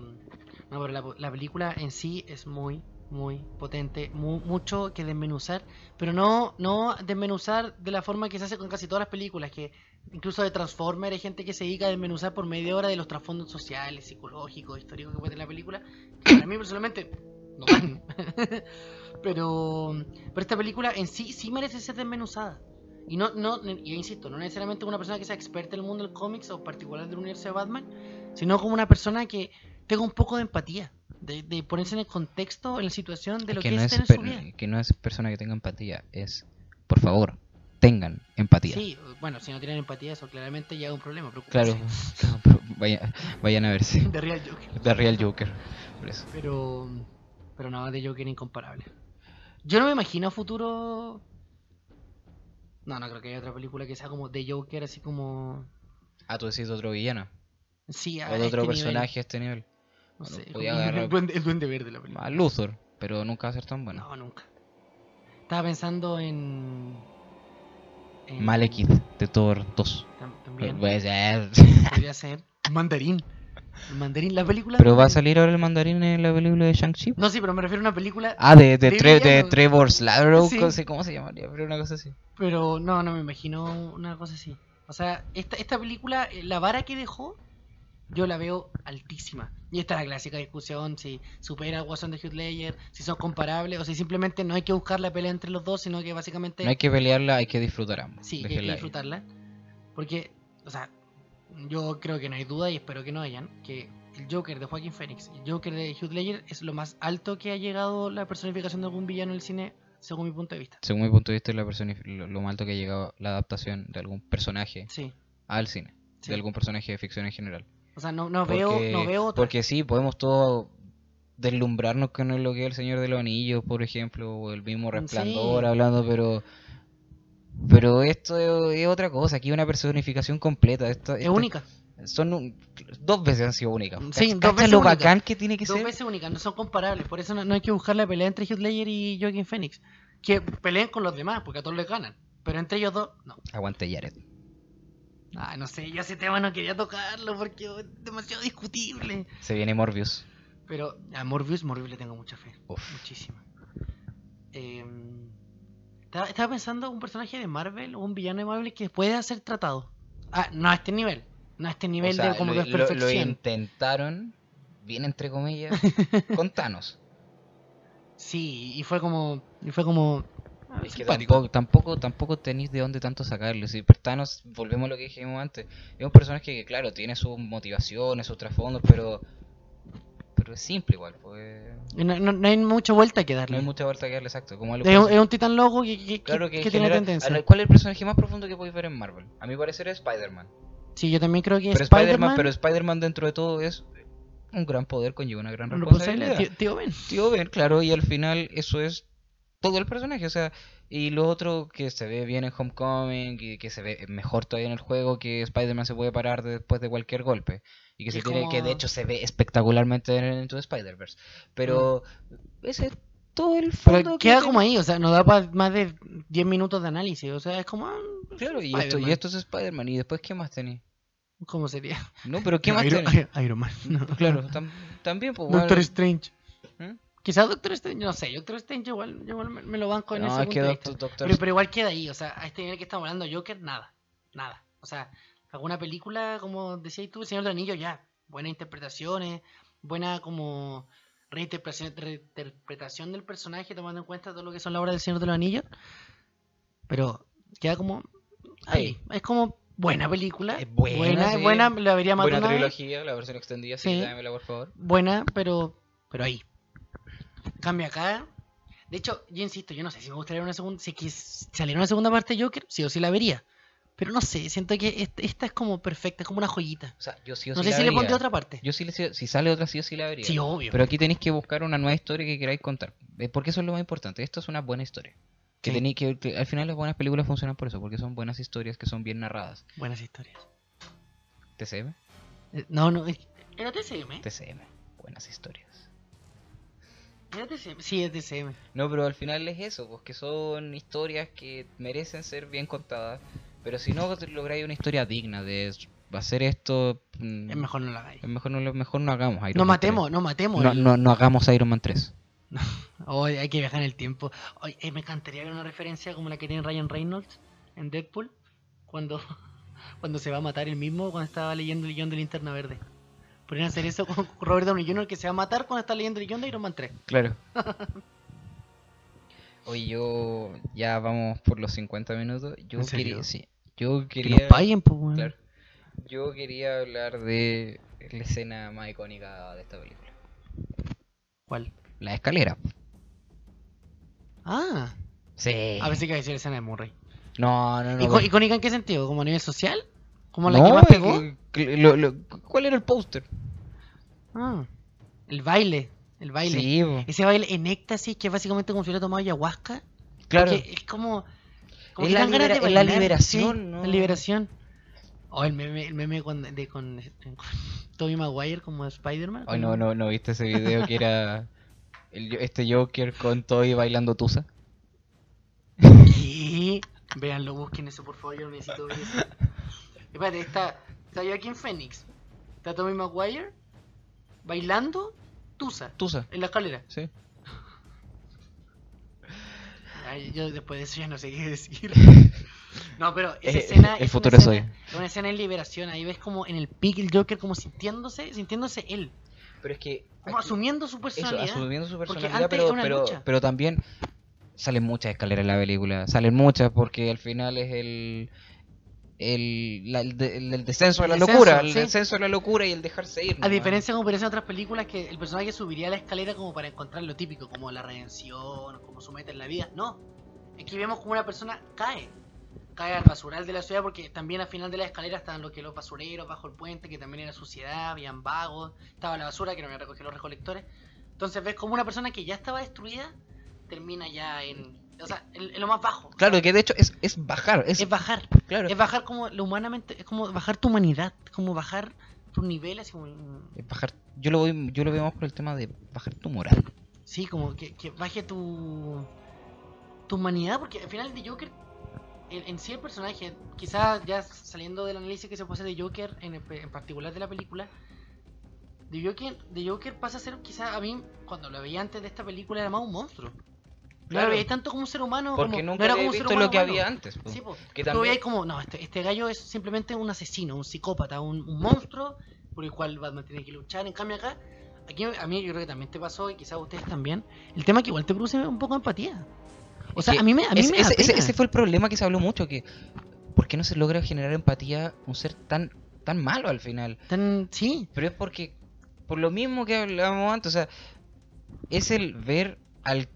No, pero la, la película en sí es muy, muy potente. mu- mucho que desmenuzar. Pero no, no desmenuzar de la forma que se hace con casi todas las películas. Que incluso de Transformers hay gente que se dedica a desmenuzar por media hora de los trasfondos sociales, psicológicos, históricos que puede tener la película. Que para mí personalmente no van. pero, pero esta película en sí sí merece ser desmenuzada. Y no, no, y insisto, no necesariamente una persona que sea experta en el mundo del cómics o particular del universo de Batman, sino como una persona que tenga un poco de empatía, de, de ponerse en el contexto, en la situación de lo que, que, no es es tener per- su vida. que no es persona que tenga empatía, es, por favor, tengan empatía. Sí, bueno, si no tienen empatía, eso claramente ya es un problema. Claro, preocúpense. claro, pero vaya- vayan a verse. De Real Joker. The Real Joker. por eso. Pero. Pero nada, de Joker incomparable. Yo no me imagino futuro. No, no creo que haya otra película que sea como de Joker, así como. Ah, tú decís de otro villano. Sí, a o de otro este nivel, personaje a este nivel. No Bueno, sé, podía como el, agarrar- duende, el duende verde la película. A Luthor, pero nunca va a ser tan bueno. No, nunca. Estaba pensando en. en- Malekith de Thor 2. tam- Pero, También. pues, eh, Podría ser. Mandarín. El Mandarín, la película. pero va a Mandarín. salir ahora el mandarín en la película de Shang-Chi. No, sí, pero me refiero a una película Ah, de, de, De Tre- de villano. Trevor Slattery, Sí. no sé ¿cómo se llamaría? Pero una cosa así. Pero no, no me imagino una cosa así. O sea, esta, esta película, eh, la vara que dejó, yo la veo altísima. Y esta es la clásica discusión, si supera a Watson de Hugh Ledger, si son comparables, o si simplemente no hay que buscar la pelea entre los dos, sino que básicamente... No hay que pelearla, hay que disfrutar ambos. Sí, que hay que Déjenla ahí. disfrutarla. Porque, o sea, yo creo que no hay duda y espero que no hayan, que el Joker de Joaquín Phoenix y el Joker de Hugh Ledger es lo más alto que ha llegado la personificación de algún villano en el cine, según mi punto de vista. Según mi punto de vista, es la personi- lo, lo más alto que ha llegado la adaptación de algún personaje Sí. al cine. sí. De algún personaje de ficción en general. O sea, no, no veo, no veo otra. porque sí, podemos todo deslumbrarnos con lo que es el Señor de los Anillos, por ejemplo, o el mismo Resplandor Sí. hablando, pero pero esto es, es otra cosa, aquí hay una personificación completa. Esto, es esto- única. Son un- dos veces han sido únicas. Sí, Cacha- dos cacha veces lo únicas. bacán que tiene que Dos ser. veces únicas, no son comparables. Por eso no, no hay que buscar la pelea entre Hugh Ledger y Joaquin Phoenix. Que peleen con los demás, porque a todos les ganan. Pero entre ellos dos, no. Aguante Jared. Ah, no sé, yo ese tema no quería tocarlo porque es demasiado discutible. Se viene Morbius. Pero a Morbius, Morbius le tengo mucha fe. Uf. Muchísima. Eh, estaba, estaba pensando un personaje de Marvel o un villano de Marvel que puede ser tratado. Ah, no a este nivel. No a este O nivel sea, de como lo, de lo- lo perfección. intentaron, bien entre comillas, con Thanos. Sí, y fue como. Y fue como. ah, Es que simpático. tampoco, tampoco, tampoco tenéis de dónde tanto sacarle. Si pero Thanos, volvemos a lo que dijimos antes. Es un personaje que, claro, tiene sus motivaciones, sus trasfondos, pero. Pero es simple igual, pues. Y No, no- no hay mucha vuelta que No darle. hay mucha vuelta que darle exacto. Como algo es, un, que- es un titán loco que, que- claro que- que, que en tiene general- tendencia. ahora, ¿Cuál es el personaje más profundo que podéis ver en Marvel? A mi parecer es Spider-Man. Sí, yo también creo que Pero Spider-Man Spider-Man, pero Spider-Man dentro de todo es un gran poder, conlleva una gran una responsabilidad. responsabilidad. Tío, tío Ben. Tío Ben, claro, y al final eso es todo el personaje, o sea, y lo otro que se ve bien en Homecoming y que se ve mejor todavía en el juego, que Spider-Man se puede parar de- después de cualquier golpe y que se Es tiene que como- de hecho se ve espectacularmente en Into the Spider-Verse, pero ese es todo el fondo Mm. Pero que queda tiene- como ahí, o sea, nos da pa- más de 10 minutos de análisis. O sea, es como. ah, claro, y esto Spider-Man. y esto es Spider-Man y después qué más tenés? ¿Cómo sería? No, pero qué más Iron, tenés? Iron Man. no. Claro, tam- también pues Doctor bueno, Strange. ¿Mm? Quizás Doctor Strange, no sé, Doctor Strange igual, yo igual me, me lo banco en No, ese es que punto de vista. Doctor, Doctor Pero, pero igual queda ahí, o sea, a este nivel que estamos hablando, Joker, nada, nada. O sea, alguna película, como decías tú, El Señor del Anillo, ya. Buenas interpretaciones, buena como reinterpretación, reinterpretación del personaje, tomando en cuenta todo lo que son las obras del Señor de los Anillos. Pero queda como ahí. Es como buena película. Es buena, buena, sí. es buena, la vería más de Buena una vez. trilogía, la versión extendida, sí, Sí. dámela por favor. buena, pero pero ahí. Cambia acá. De hecho, yo insisto, yo no sé si me gustaría una segunda. Si es que s- saliera una segunda parte de Joker, sí o sí la vería. Pero no sé, siento que est- esta es como perfecta, es como una joyita. O sea, yo sí o No sí sé la si le vería. pondría otra parte. Yo sí, le- si sale otra, sí o sí la vería. Sí, obvio. Pero aquí tenéis que buscar una nueva historia que queráis contar. Eh, Porque eso es lo más importante. Esto es una buena historia. Que Sí. tenéis que, que al final las buenas películas funcionan por eso, porque son buenas historias que son bien narradas. Buenas historias. TCM, Eh, No, no. es- Era TCM. ¿eh? TCM, buenas historias. Era TCM. Sí, es TCM. No, pero al final es eso, porque son historias que merecen ser bien contadas. Pero si no lográis una historia digna de hacer esto, mm, Es mejor no la hagáis. es mejor no lo mejor no hagamos Iron No Man matemos, no 3. matemos. No, el- no, no hagamos Iron Man 3. Hoy hay que viajar en el tiempo. Hoy eh, me encantaría ver una referencia como la que tiene Ryan Reynolds en Deadpool. Cuando, cuando se va a matar el mismo cuando estaba leyendo el guión de Linterna Verde. Podrían hacer eso con Robert Downey Jr. que se va a matar cuando está leyendo el guión de Iron Man 3. Claro. Oye, yo ya vamos por los 50 minutos. Yo ¿En serio? quería, sí, yo Que quería, nos paguen, pues, weón. claro. yo quería hablar de la escena más icónica de esta película, ¿Cuál? la escalera. Ah, Sí. a veces que decir escena de Murray. No, no, no. Ico- ¿Icónica en qué sentido? ¿Como a nivel social? ¿Como la No, que más el- pegó? el- lo- lo- ¿Cuál era el póster? Ah, el baile. El baile. Sí, po. Ese baile en éxtasis que es básicamente como si hubiera tomado ayahuasca. claro. Porque es como. Es como que la dan ganas de libera- es la bailar, liberación, sí, ¿no? La liberación. O el meme, el meme con, de, con, con Tobey Maguire como Spider-Man. Ay, no, no, no viste ese video que era el- este Joker con Toy bailando tusa. Y... Véanlo, busquen eso, por favor, yo lo necesito ver eso. Espérate, está, está Joaquín Phoenix. Está Tobey Maguire bailando Tusa Tusa, en la escalera. sí. Ay, yo después de eso ya no sé qué decir. No, pero Eh, esa escena. el es futuro una soy. escena, es una escena en liberación. Ahí ves como en el pic el Joker, como sintiéndose, sintiéndose él. Pero es que Como aquí- asumiendo su Eso, personalidad. asumiendo su Porque personalidad, antes pero, era una pero, lucha. pero también salen muchas escaleras en la película. Salen muchas porque al final es el. El, la- el de- el- el descenso a El la descenso, locura, el sí. descenso a la locura y el dejarse ir. A nomás. diferencia como parecen otras películas que el personaje subiría a la escalera como para encontrar lo típico, como la redención, como su meta en la vida. No. Aquí vemos como una persona cae. Cae al basural de la ciudad porque también al final de la escalera estaban los que los basureros bajo el puente, que también era suciedad, habían vagos, estaba la basura que no la recogían los recolectores. Entonces ves como una persona que ya estaba destruida termina ya en... O sea, en, en lo más bajo. Claro, que de hecho es, es bajar. Es, Es bajar. claro, Es bajar como lo humanamente, es como bajar tu humanidad, como bajar tus niveles. Como... es bajar. Yo lo, voy, yo lo veo más por el tema de bajar tu moral. Sí, como que, que baje tu, tu humanidad, porque al final de Joker, en, en sí el personaje, quizás ya saliendo del análisis que se puede hacer de Joker, en, el pe- en particular de la película, de Joker, de Joker pasa a ser, quizás a mí, cuando lo veía antes de esta película, era más un monstruo. No Claro. lo veía tanto como un ser humano, Porque como, nunca no era había como un ser visto humano lo que humano. había antes. po. Sí, po. que Tú también- veías como, no, este, este gallo es simplemente un asesino, un psicópata, un, un monstruo por el cual Batman tiene que luchar. En cambio acá, aquí a mí yo creo que también te pasó y quizás a ustedes también, el tema que igual te produce un poco de empatía. O Es sea, que a mí me, a mí Ese- me da ese, ese- pena. ese fue el problema que se habló mucho, que ¿por qué no se logra generar empatía un ser tan, tan malo al final? Tan- sí, Pero es porque, por lo mismo que hablábamos antes, o sea, es el ver al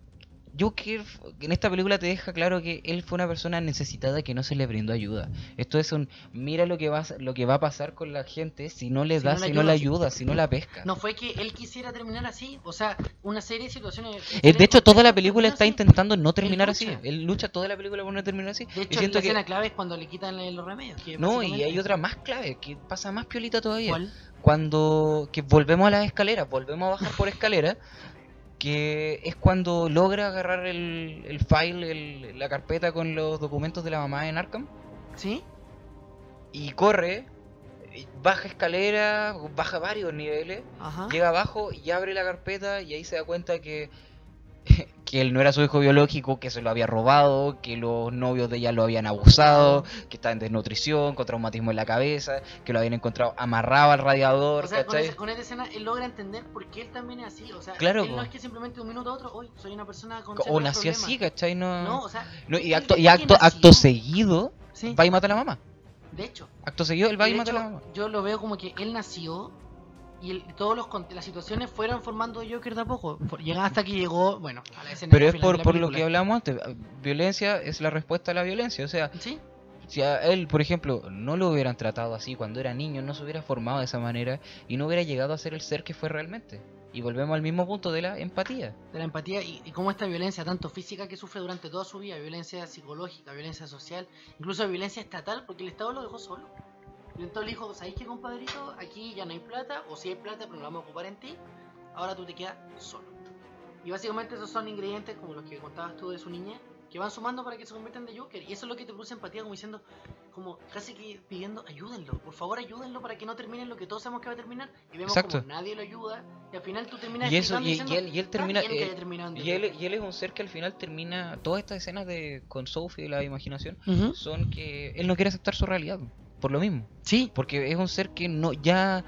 Joker f- en esta película te deja claro que él fue una persona necesitada que no se le brindó ayuda. Esto es un mira lo que va a, s- lo que va a pasar con la gente si no le Si das, no la si no la ayudas. ayudas, si no la pescas. no fue que él quisiera terminar así, o sea, una serie de situaciones... Eh, de hecho, toda la termina película está así. intentando no terminar así. lucha. Él lucha toda la película por no terminar así. De y hecho, siento la que escena clave es cuando le quitan eh, los remedios. que no, y hay básicamente- otra más clave que pasa más piolita todavía. ¿Cuál? cuando que volvemos a las escaleras, volvemos a bajar por escalera, que es cuando logra agarrar el, el file, el- la carpeta con los documentos de la mamá en Arkham ¿Sí? y corre baja escalera, baja varios niveles, Ah. Ajá. llega abajo y abre la carpeta y ahí se da cuenta que, que él no era su hijo biológico, que se lo había robado, que los novios de ella lo habían abusado, Ah. que estaba en desnutrición, con traumatismo en la cabeza, que lo habían encontrado amarrado al radiador, O sea, con, ¿cachai? esa- con esta escena él logra entender por qué él también es así. O sea, Claro, él no po. es que simplemente de un minuto a otro, hoy soy una persona con O serios nació problemas". así, ¿cachai? No, No, o sea, no, y él acto, y desde que acto, acto nació- seguido sí, va y mata a la mamá. de hecho. Acto seguido, él va y de mata a la hecho, mamá. yo lo veo como que él nació y el- todos los cont- las situaciones fueron formando a Joker de a poco. For- Llega hasta que llegó, bueno, a la escena Pero es final de por, la por lo que película. hablamos antes. Violencia es la respuesta a la violencia. O sea, Sí, si a él, por ejemplo, no lo hubieran tratado así cuando era niño, no se hubiera formado de esa manera y no hubiera llegado a ser el ser que fue realmente. Y volvemos al mismo punto de la empatía. de la empatía y, y cómo esta violencia, tanto física que sufre durante toda su vida, violencia psicológica, violencia social, incluso violencia estatal, porque el Estado lo dejó solo. Y entonces le dijo, ¿sabéis qué, compadrito? Aquí ya no hay plata, o si hay plata, pero la vamos a ocupar en ti, ahora tú te quedas solo. Y básicamente esos son ingredientes como los que contabas tú de su niña, que van sumando para que se conviertan de Joker. Y eso es lo que te produce empatía, como diciendo, como casi que pidiendo, ayúdenlo, por favor ayúdenlo para que no termine lo que todos sabemos que va a terminar. Y vemos Exacto. como nadie lo ayuda, y al final tú terminas Y eso, explicando y, diciendo, y él, y él termina. Está bien que eh, haya terminado en y Detroit. él, y él es un ser que al final termina. Todas estas escenas de con Sophie y la imaginación Ujú. son que él no quiere aceptar su realidad. Por lo mismo. Sí, Porque es un ser que no ya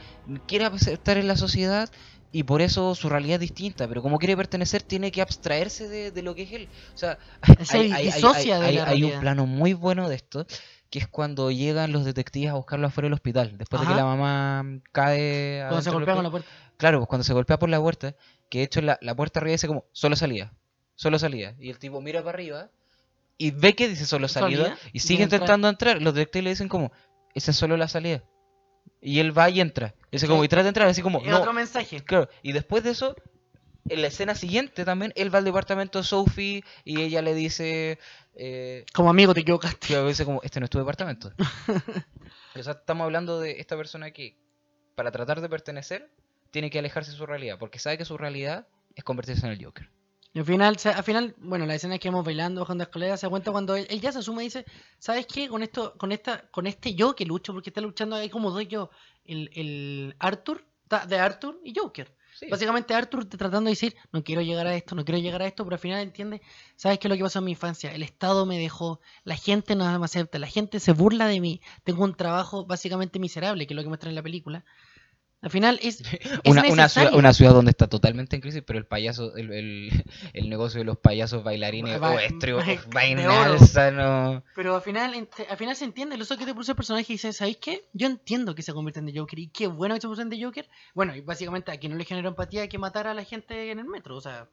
quiere estar en la sociedad y por eso su realidad es distinta. Pero como quiere pertenecer, tiene que abstraerse de, de lo que es él. O sea, se disocia de hay- la hay un realidad. plano muy bueno de esto, que es cuando llegan los detectives a buscarlo afuera del hospital, después de que la Ajá. mamá cae... cuando se adentro del golpea con la hospital. puerta. Claro, pues cuando se golpea por la puerta, que de hecho la, la puerta arriba dice como, solo salía, solo salía. Y el tipo mira para arriba y ve que dice solo ¿Solo salida salida? y sigue Y entra. intentando entrar. Los detectives le dicen como, esa es solo la salida. Y él va y entra. Y dice como, Sí. y trata de entrar, así como, Es no, otro mensaje. Claro, y después de eso, en la escena siguiente también, él va al departamento de Sophie y ella le dice, eh, Como amigo te equivocaste. que a veces como, este no es tu departamento. o sea, estamos hablando de esta persona que, para tratar de pertenecer, tiene que alejarse de su realidad, porque sabe que su realidad es convertirse en el Joker. Y al final, se- al final, bueno, la escena que vamos bailando, bajando escaleras, se da cuenta cuando él, él ya se asume y dice, ¿sabes qué? Con esto, con esta, con este yo que lucho, porque está luchando, hay como dos yo, el, el Arthur, ta- de Arthur y Joker. Sí. Básicamente Arthur te- tratando de decir, no quiero llegar a esto, no quiero llegar a esto, pero al final entiende, ¿sabes qué es lo que pasó en mi infancia? El Estado me dejó, la gente no me acepta, la gente se burla de mí, tengo un trabajo básicamente miserable, que es lo que muestra en la película. Al final es... es Una, una, ciudad, necesario. una ciudad donde está totalmente en crisis, pero el payaso, el, el- el negocio de los payasos bailarines Va- o estrio, de o vaina oro. alza, no. Pero al final, ent- al final se entiende el uso que te produce el personaje y dices, ¿sabéis qué? Yo entiendo que se convierten de Joker y qué bueno que se convierten de Joker. Bueno, y básicamente a quien no le generó empatía hay que matar a la gente en el metro. O sea,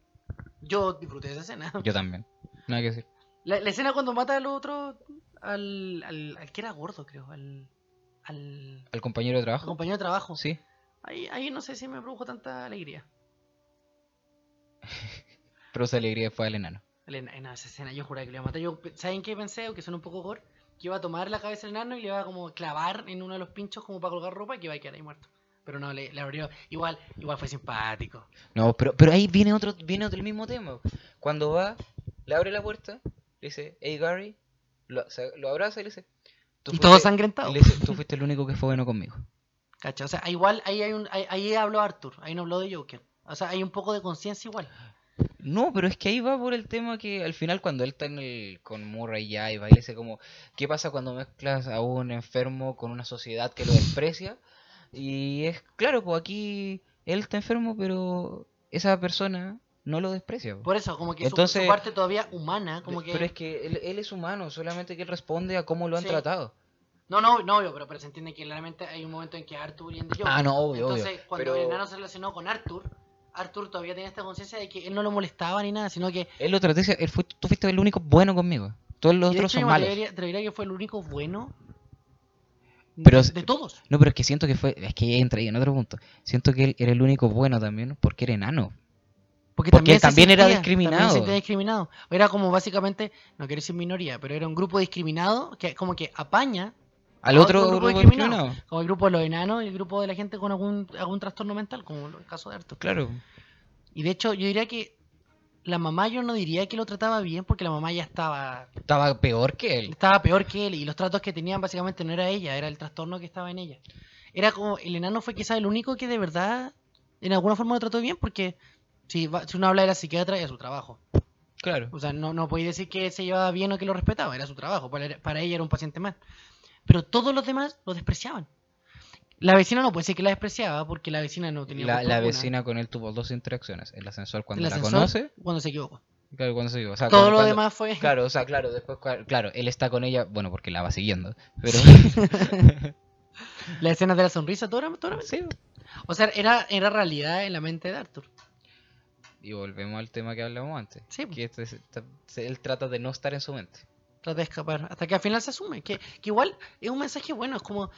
yo disfruté de esa escena. Yo también. Nada que decir. La, la escena cuando mata al otro, al, al, al que era gordo, creo, al, al ¿Al compañero de trabajo? compañero de trabajo. Sí. Ahí, ahí no sé si me produjo tanta alegría. Pero esa alegría fue al enano. En, en esa escena yo juré que le iba a matar. Yo, pe- ¿Saben qué pensé? O que son un poco gore. Que iba a tomar la cabeza del enano y le iba a como clavar en uno de los pinchos como para colgar ropa y que iba a quedar ahí muerto. Pero no, le, le abrió. Igual, igual fue simpático. No, pero, pero ahí viene otro, viene otro el mismo tema. Cuando va, le abre la puerta, le dice, hey Gary, lo, se- lo abraza y le dice, Y todo fuiste- sangrentado. le dice, tú fuiste el único que fue bueno conmigo. ¿Cacha? O sea, igual ahí hay un, ahí, ahí habló Arthur, ahí no habló de Joker. O sea, hay un poco de conciencia igual. No, pero es que ahí va por el tema que al final cuando él está en el, con Murray ya y va y le dice como, ¿qué pasa cuando mezclas a un enfermo con una sociedad que lo desprecia? Y es claro, pues aquí él está enfermo, pero esa persona no lo desprecia. po. Por eso, como que su- su, Entonces- parte todavía humana, como que... Pero es que él, él es humano, solamente que él responde a cómo lo han Sí. tratado. No, no, no, obvio, pero, pero se entiende que claramente hay un momento en que Arthur y en Joker. Ah, no, obvio, obvio, Entonces, cuando pero- el enano se relacionó con Arthur, Arthur todavía tenía esta conciencia de que él no lo molestaba ni nada, sino que... Él lo trató y dice, él fue, tú fuiste el único bueno conmigo. Todos los y de otros son hecho, yo me malos. atrevería- atrevería que fue el único bueno Pero de, es- de todos. No, pero es que siento que fue, es que ya entra ahí en otro punto. Siento que él era el único bueno también porque era enano. Porque, Porque se también era sentía- discriminado. también se sentía discriminado. Era como básicamente, no quiero decir minoría, pero era un grupo discriminado que como que apaña, Al A otro, otro grupo grupo discriminado. discriminado. como el grupo de los enanos y el grupo de la gente con algún, algún trastorno mental, como el caso de Arthur. Claro. Y de hecho, yo diría que la mamá yo no diría que lo trataba bien porque la mamá ya estaba Estaba peor que él. estaba peor que él y los tratos que tenían básicamente no era ella, era el trastorno que estaba en ella. era como, el enano fue quizás el único que de verdad, en alguna forma lo trató bien, porque si, va- si uno habla de la psiquiatra, era su trabajo. Claro. O sea, no, no podía decir que se llevaba bien o que lo respetaba, era su trabajo, para, para ella era un paciente más. Pero todos los demás lo despreciaban. La vecina no puede decir que la despreciaba porque la vecina no tenía La, culpa la alguna. vecina con él tuvo dos interacciones. El ascensor cuando El la ascensor, conoce. Cuando se equivocó. Claro, cuando se o sea, Todo cuando- lo cuando- demás fue. Claro, o sea, claro, después, cua- claro, él está con ella, bueno, porque la va siguiendo. Pero La escena de la sonrisa, todo era, todo era- sí, O sea, era, era realidad en la mente de Arthur. Y volvemos al tema que hablábamos antes. Sí, po. Que este se- ta- se- él trata de no estar en su mente. Trata de escapar. Hasta que al final se asume. Que, que igual es un mensaje bueno. Es como.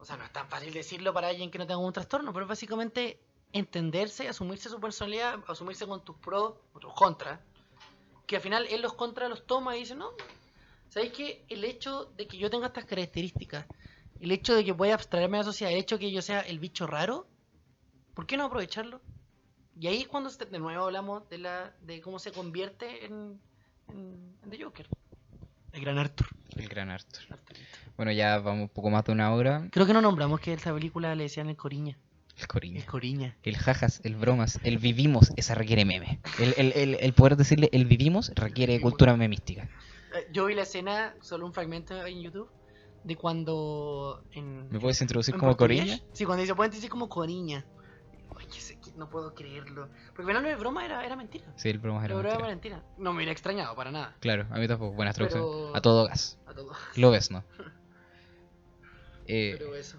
O sea, no es tan fácil decirlo para alguien que no tenga un trastorno. Pero es básicamente entenderse, asumirse su personalidad, asumirse con tus pros o tus contras. Que al final él los contras los toma y dice: No, ¿sabéis que el hecho de que yo tenga estas características, el hecho de que voy a abstraerme de la sociedad, el hecho de que yo sea el bicho raro, ¿por qué no aprovecharlo? Y ahí es cuando se- de nuevo hablamos de, la, de cómo se convierte en, en- en The Joker. El gran Arthur. El gran Arthur. Bueno, ya vamos un poco más de una hora. Creo que no nombramos que esta película le decían el Coriña. El El coriño. Coriña. El jajas, el bromas, el vivimos, esa requiere meme. El, el, el, el poder decirle el vivimos requiere cultura memística. Eh, Yo vi la escena, solo un fragmento en YouTube, de cuando. En, ¿Me puedes introducir en como portugués- coriño? Sí, cuando dice, pueden decir como Coriña. Ay, que sé que no puedo creerlo. Porque al final no era broma, era, era mentira. Sí, el bromas era Pero era mentira. mentira. No me hubiera extrañado para nada. Claro, a mí tampoco. Buenas traducciones. Pero- A todo gas. A todo. Lo ves, ¿no? Eh, Pero eso.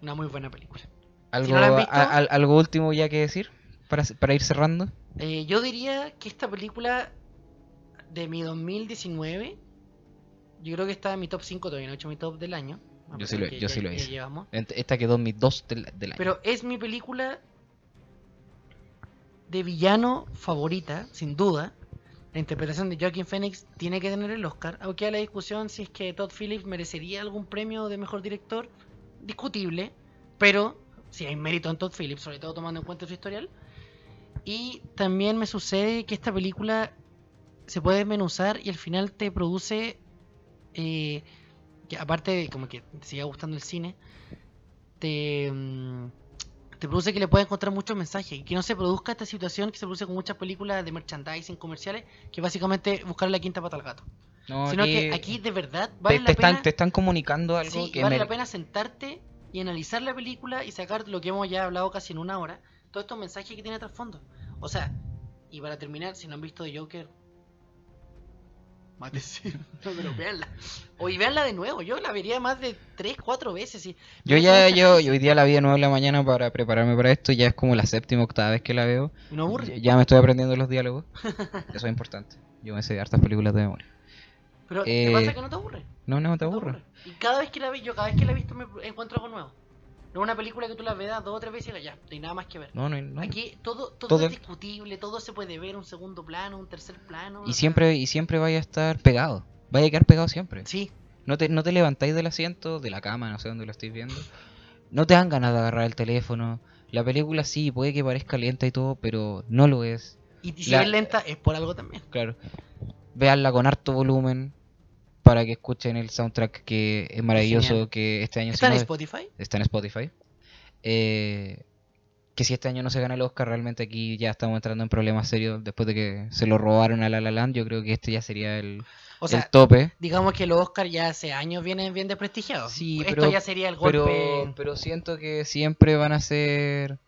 Una muy buena película. ¿algo, no la han visto- a- al- ¿Algo último ya que decir? Para, para ir cerrando. Eh, yo diría que esta película de mi 2019, yo creo que está en mi top 5, todavía no he hecho mi top del año. a Yo sí pesar lo- que yo ya- sí lo ya hice. llevamos. Ent- Esta quedó en mi 2 del, del año. Pero es mi película de villano favorita, sin duda. La interpretación de Joaquin Phoenix tiene que tener el Oscar. Aunque hay la discusión si es que Todd Phillips merecería algún premio de mejor director, discutible, pero si hay mérito en Todd Phillips, sobre todo tomando en cuenta su historial. Y también me sucede que esta película se puede desmenuzar y al final te produce, eh, que aparte de como que te siga gustando el cine, te, mm, te produce que le puedas encontrar muchos mensajes y que no se produzca esta situación que se produce con muchas películas de merchandising comerciales que básicamente buscar la quinta pata al gato No, sino aquí- que aquí de verdad te- vale te, la están, pena te están comunicando algo sí, y que vale me- la pena sentarte y analizar la película y sacar lo que hemos ya hablado casi en una hora todos estos mensajes que tiene trasfondo o sea y para terminar si no han visto The Joker mátese no, pero véanla o y véanla de nuevo yo la vería más de 3, 4 veces y Yo me hace ya, mucha yo, gracia. hoy día la vi de nuevo en la mañana para prepararme para esto. Ya es como la séptima, octava vez que la veo. Y no aburre Ya, ya me estoy aprendiendo los diálogos. Eso es importante. Yo me sé hartas películas de memoria. pero te pasa eh, que no te aburre No, no, te No aburro. aburre. Y cada vez que la ve, yo cada vez que la he visto me encuentro algo nuevo. No es una película que tú la veas dos o tres veces y ya, no hay nada más que ver. No, no, no. Aquí todo, todo, Todo es el- discutible, todo se puede ver, un segundo plano, un tercer plano. Y o sea, siempre, y siempre vaya a estar pegado. Vaya a quedar pegado siempre. Sí, No te, no te levantáis del asiento, de la cama, no sé dónde lo estáis viendo. No te dan ganas de agarrar el teléfono. La película sí, puede que parezca lenta y todo, pero no lo es. y si La- es lenta es por algo también. Claro. Veanla con harto volumen para que escuchen el soundtrack que es maravilloso Genial. que este año Está en no- Spotify. está en Spotify. Eh, que si este año no se gana el Oscar, realmente aquí ya estamos entrando en problemas serios después de que se lo robaron a La La Land. Yo creo que este ya sería el, O sea, el tope. digamos que los Oscar ya hace años vienen bien desprestigiados. Sí, Esto pero- ya sería el golpe. Pero, pero siento que siempre van a ser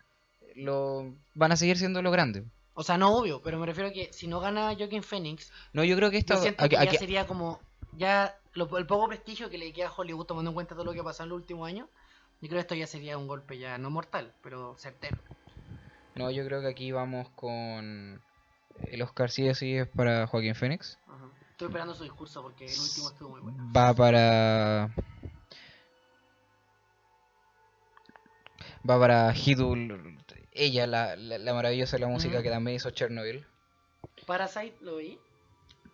lo van a seguir siendo lo grande. O sea, no obvio, pero me refiero a que si no gana Joaquin Phoenix, No, yo creo que yo esta siento aquí- que ya aquí- sería como ya lo- el poco prestigio que le queda a Hollywood tomando en cuenta todo lo que ha pasado en los últimos años. Yo creo que esto ya sería un golpe ya no mortal, pero certero. no, yo creo que aquí vamos con el Oscar sí o sí es para Joaquín Phoenix. Ajá. Estoy esperando su discurso porque el último estuvo muy bueno. Va para. Va para Hidul, ella, la, la, la maravillosa de la música Ujú. que también hizo Chernobyl. Parasite lo vi.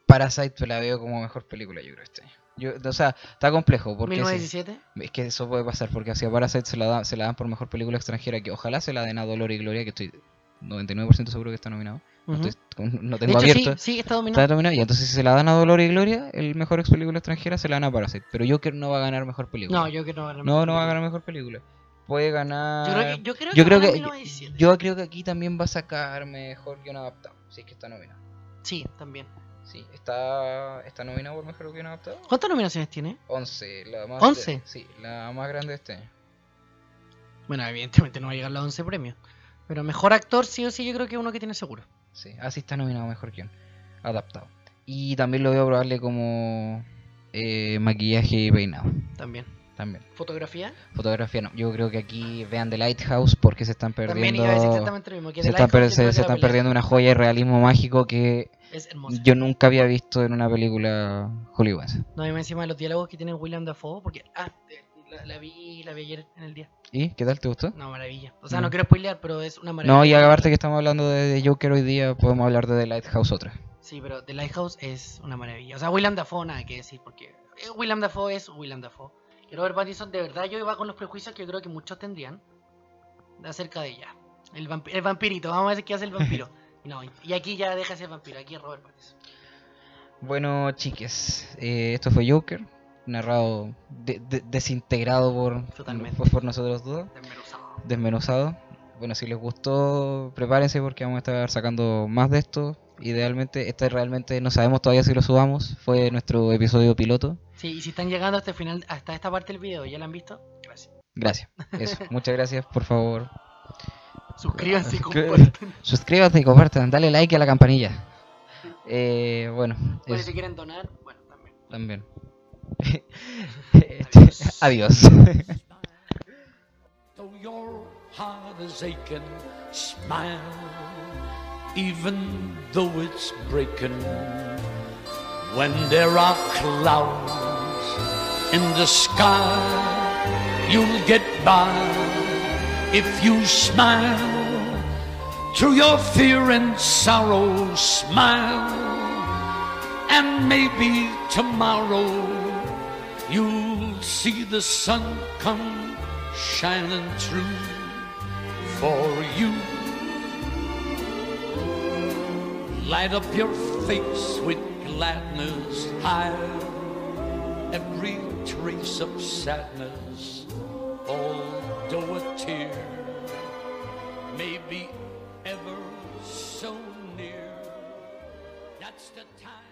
Parasite la veo como mejor película, yo creo, este año. Yo, o sea, está complejo, porque sí, 1917. es que eso puede pasar, porque hacia Parasite se la, da- se la dan por mejor película extranjera, que ojalá se la den a Dolor y Gloria, que estoy 99% seguro que está nominado. No Ujú. estoy- no De tengo hecho, abierto. sí, sí, está dominado. Está nominado, y entonces si se la dan a Dolor y Gloria, el mejor ex película extranjera se la dan a Parasite. Pero Joker no va a ganar mejor película. No, yo que no va a ganar. No, no va a ganar mejor película. puede ganar. Yo creo que. Yo creo Yo creo gana que- 1917. Yo creo que aquí también va a sacar mejor guión adaptado, si es que está nominado. Sí, también. Sí, está, está nominado por mejor guión adaptado. ¿Cuántas nominaciones tiene? 11, la más ¿Once? sí, la más grande de este año. Bueno, evidentemente no va a llegar a los 11 premios. Pero mejor actor, sí o sí, yo creo que es uno que tiene seguro. Sí, así está nominado mejor guión adaptado. Y también lo veo probable como eh, maquillaje y peinado También. también. ¿Fotografía? Fotografía no. Yo creo que aquí vean The Lighthouse porque se están También perdiendo iba a decir exactamente lo mismo. Que se The están, per- Lighthouse yo se- creo se que va a están pelear. perdiendo una joya de realismo mágico que Es hermoso. yo nunca había visto en una película hollywoodense. No, y más encima de los diálogos que tiene William Dafoe, porque ah, eh, la, la vi la vi ayer en el día. ¿Y qué tal te gustó? Una maravilla. O sea, no Mm. quiero spoilear, pero es una maravilla. No, y aparte que estamos hablando de, de Joker hoy día, podemos hablar de The Lighthouse otra. Sí, pero The Lighthouse es una maravilla. O sea, William Dafoe nada que decir, porque eh, William Dafoe es William Dafoe. Y Robert Pattinson, de verdad, yo iba con los prejuicios que yo creo que muchos tendrían acerca de ella. El, vampi- el vampirito, vamos a decir que hace el vampiro. Y No, y aquí ya deja ese vampiro, aquí es Robert Pattinson. Bueno, chiques, eh, esto fue Joker, narrado, de- de- desintegrado por, Totalmente. por, por nosotros dos, Desmenuzado. desmenuzado. Bueno, si les gustó, prepárense porque vamos a estar sacando más de esto. Idealmente, este realmente no sabemos todavía si lo subamos. Fue nuestro episodio piloto. Sí, y si están llegando hasta el final, hasta esta parte del video, ¿ya la han visto? Gracias. Gracias. Eso. Muchas gracias, por favor. Suscríbanse y Claro. compartan. Suscríbete y compartan. Dale like a la campanilla. Eh, bueno, Bueno, eso. si quieren donar, bueno, También. también. Este, Adiós. Though your heart is aching, smile, even though it's breaking. When there are clouds in the sky, you'll get by if you smile. Through your fear and sorrow, smile, and maybe tomorrow you'll see the sun come shining through for you. Light up your face with gladness, hide every trace of sadness, although a tear may be ever so near. That's the time.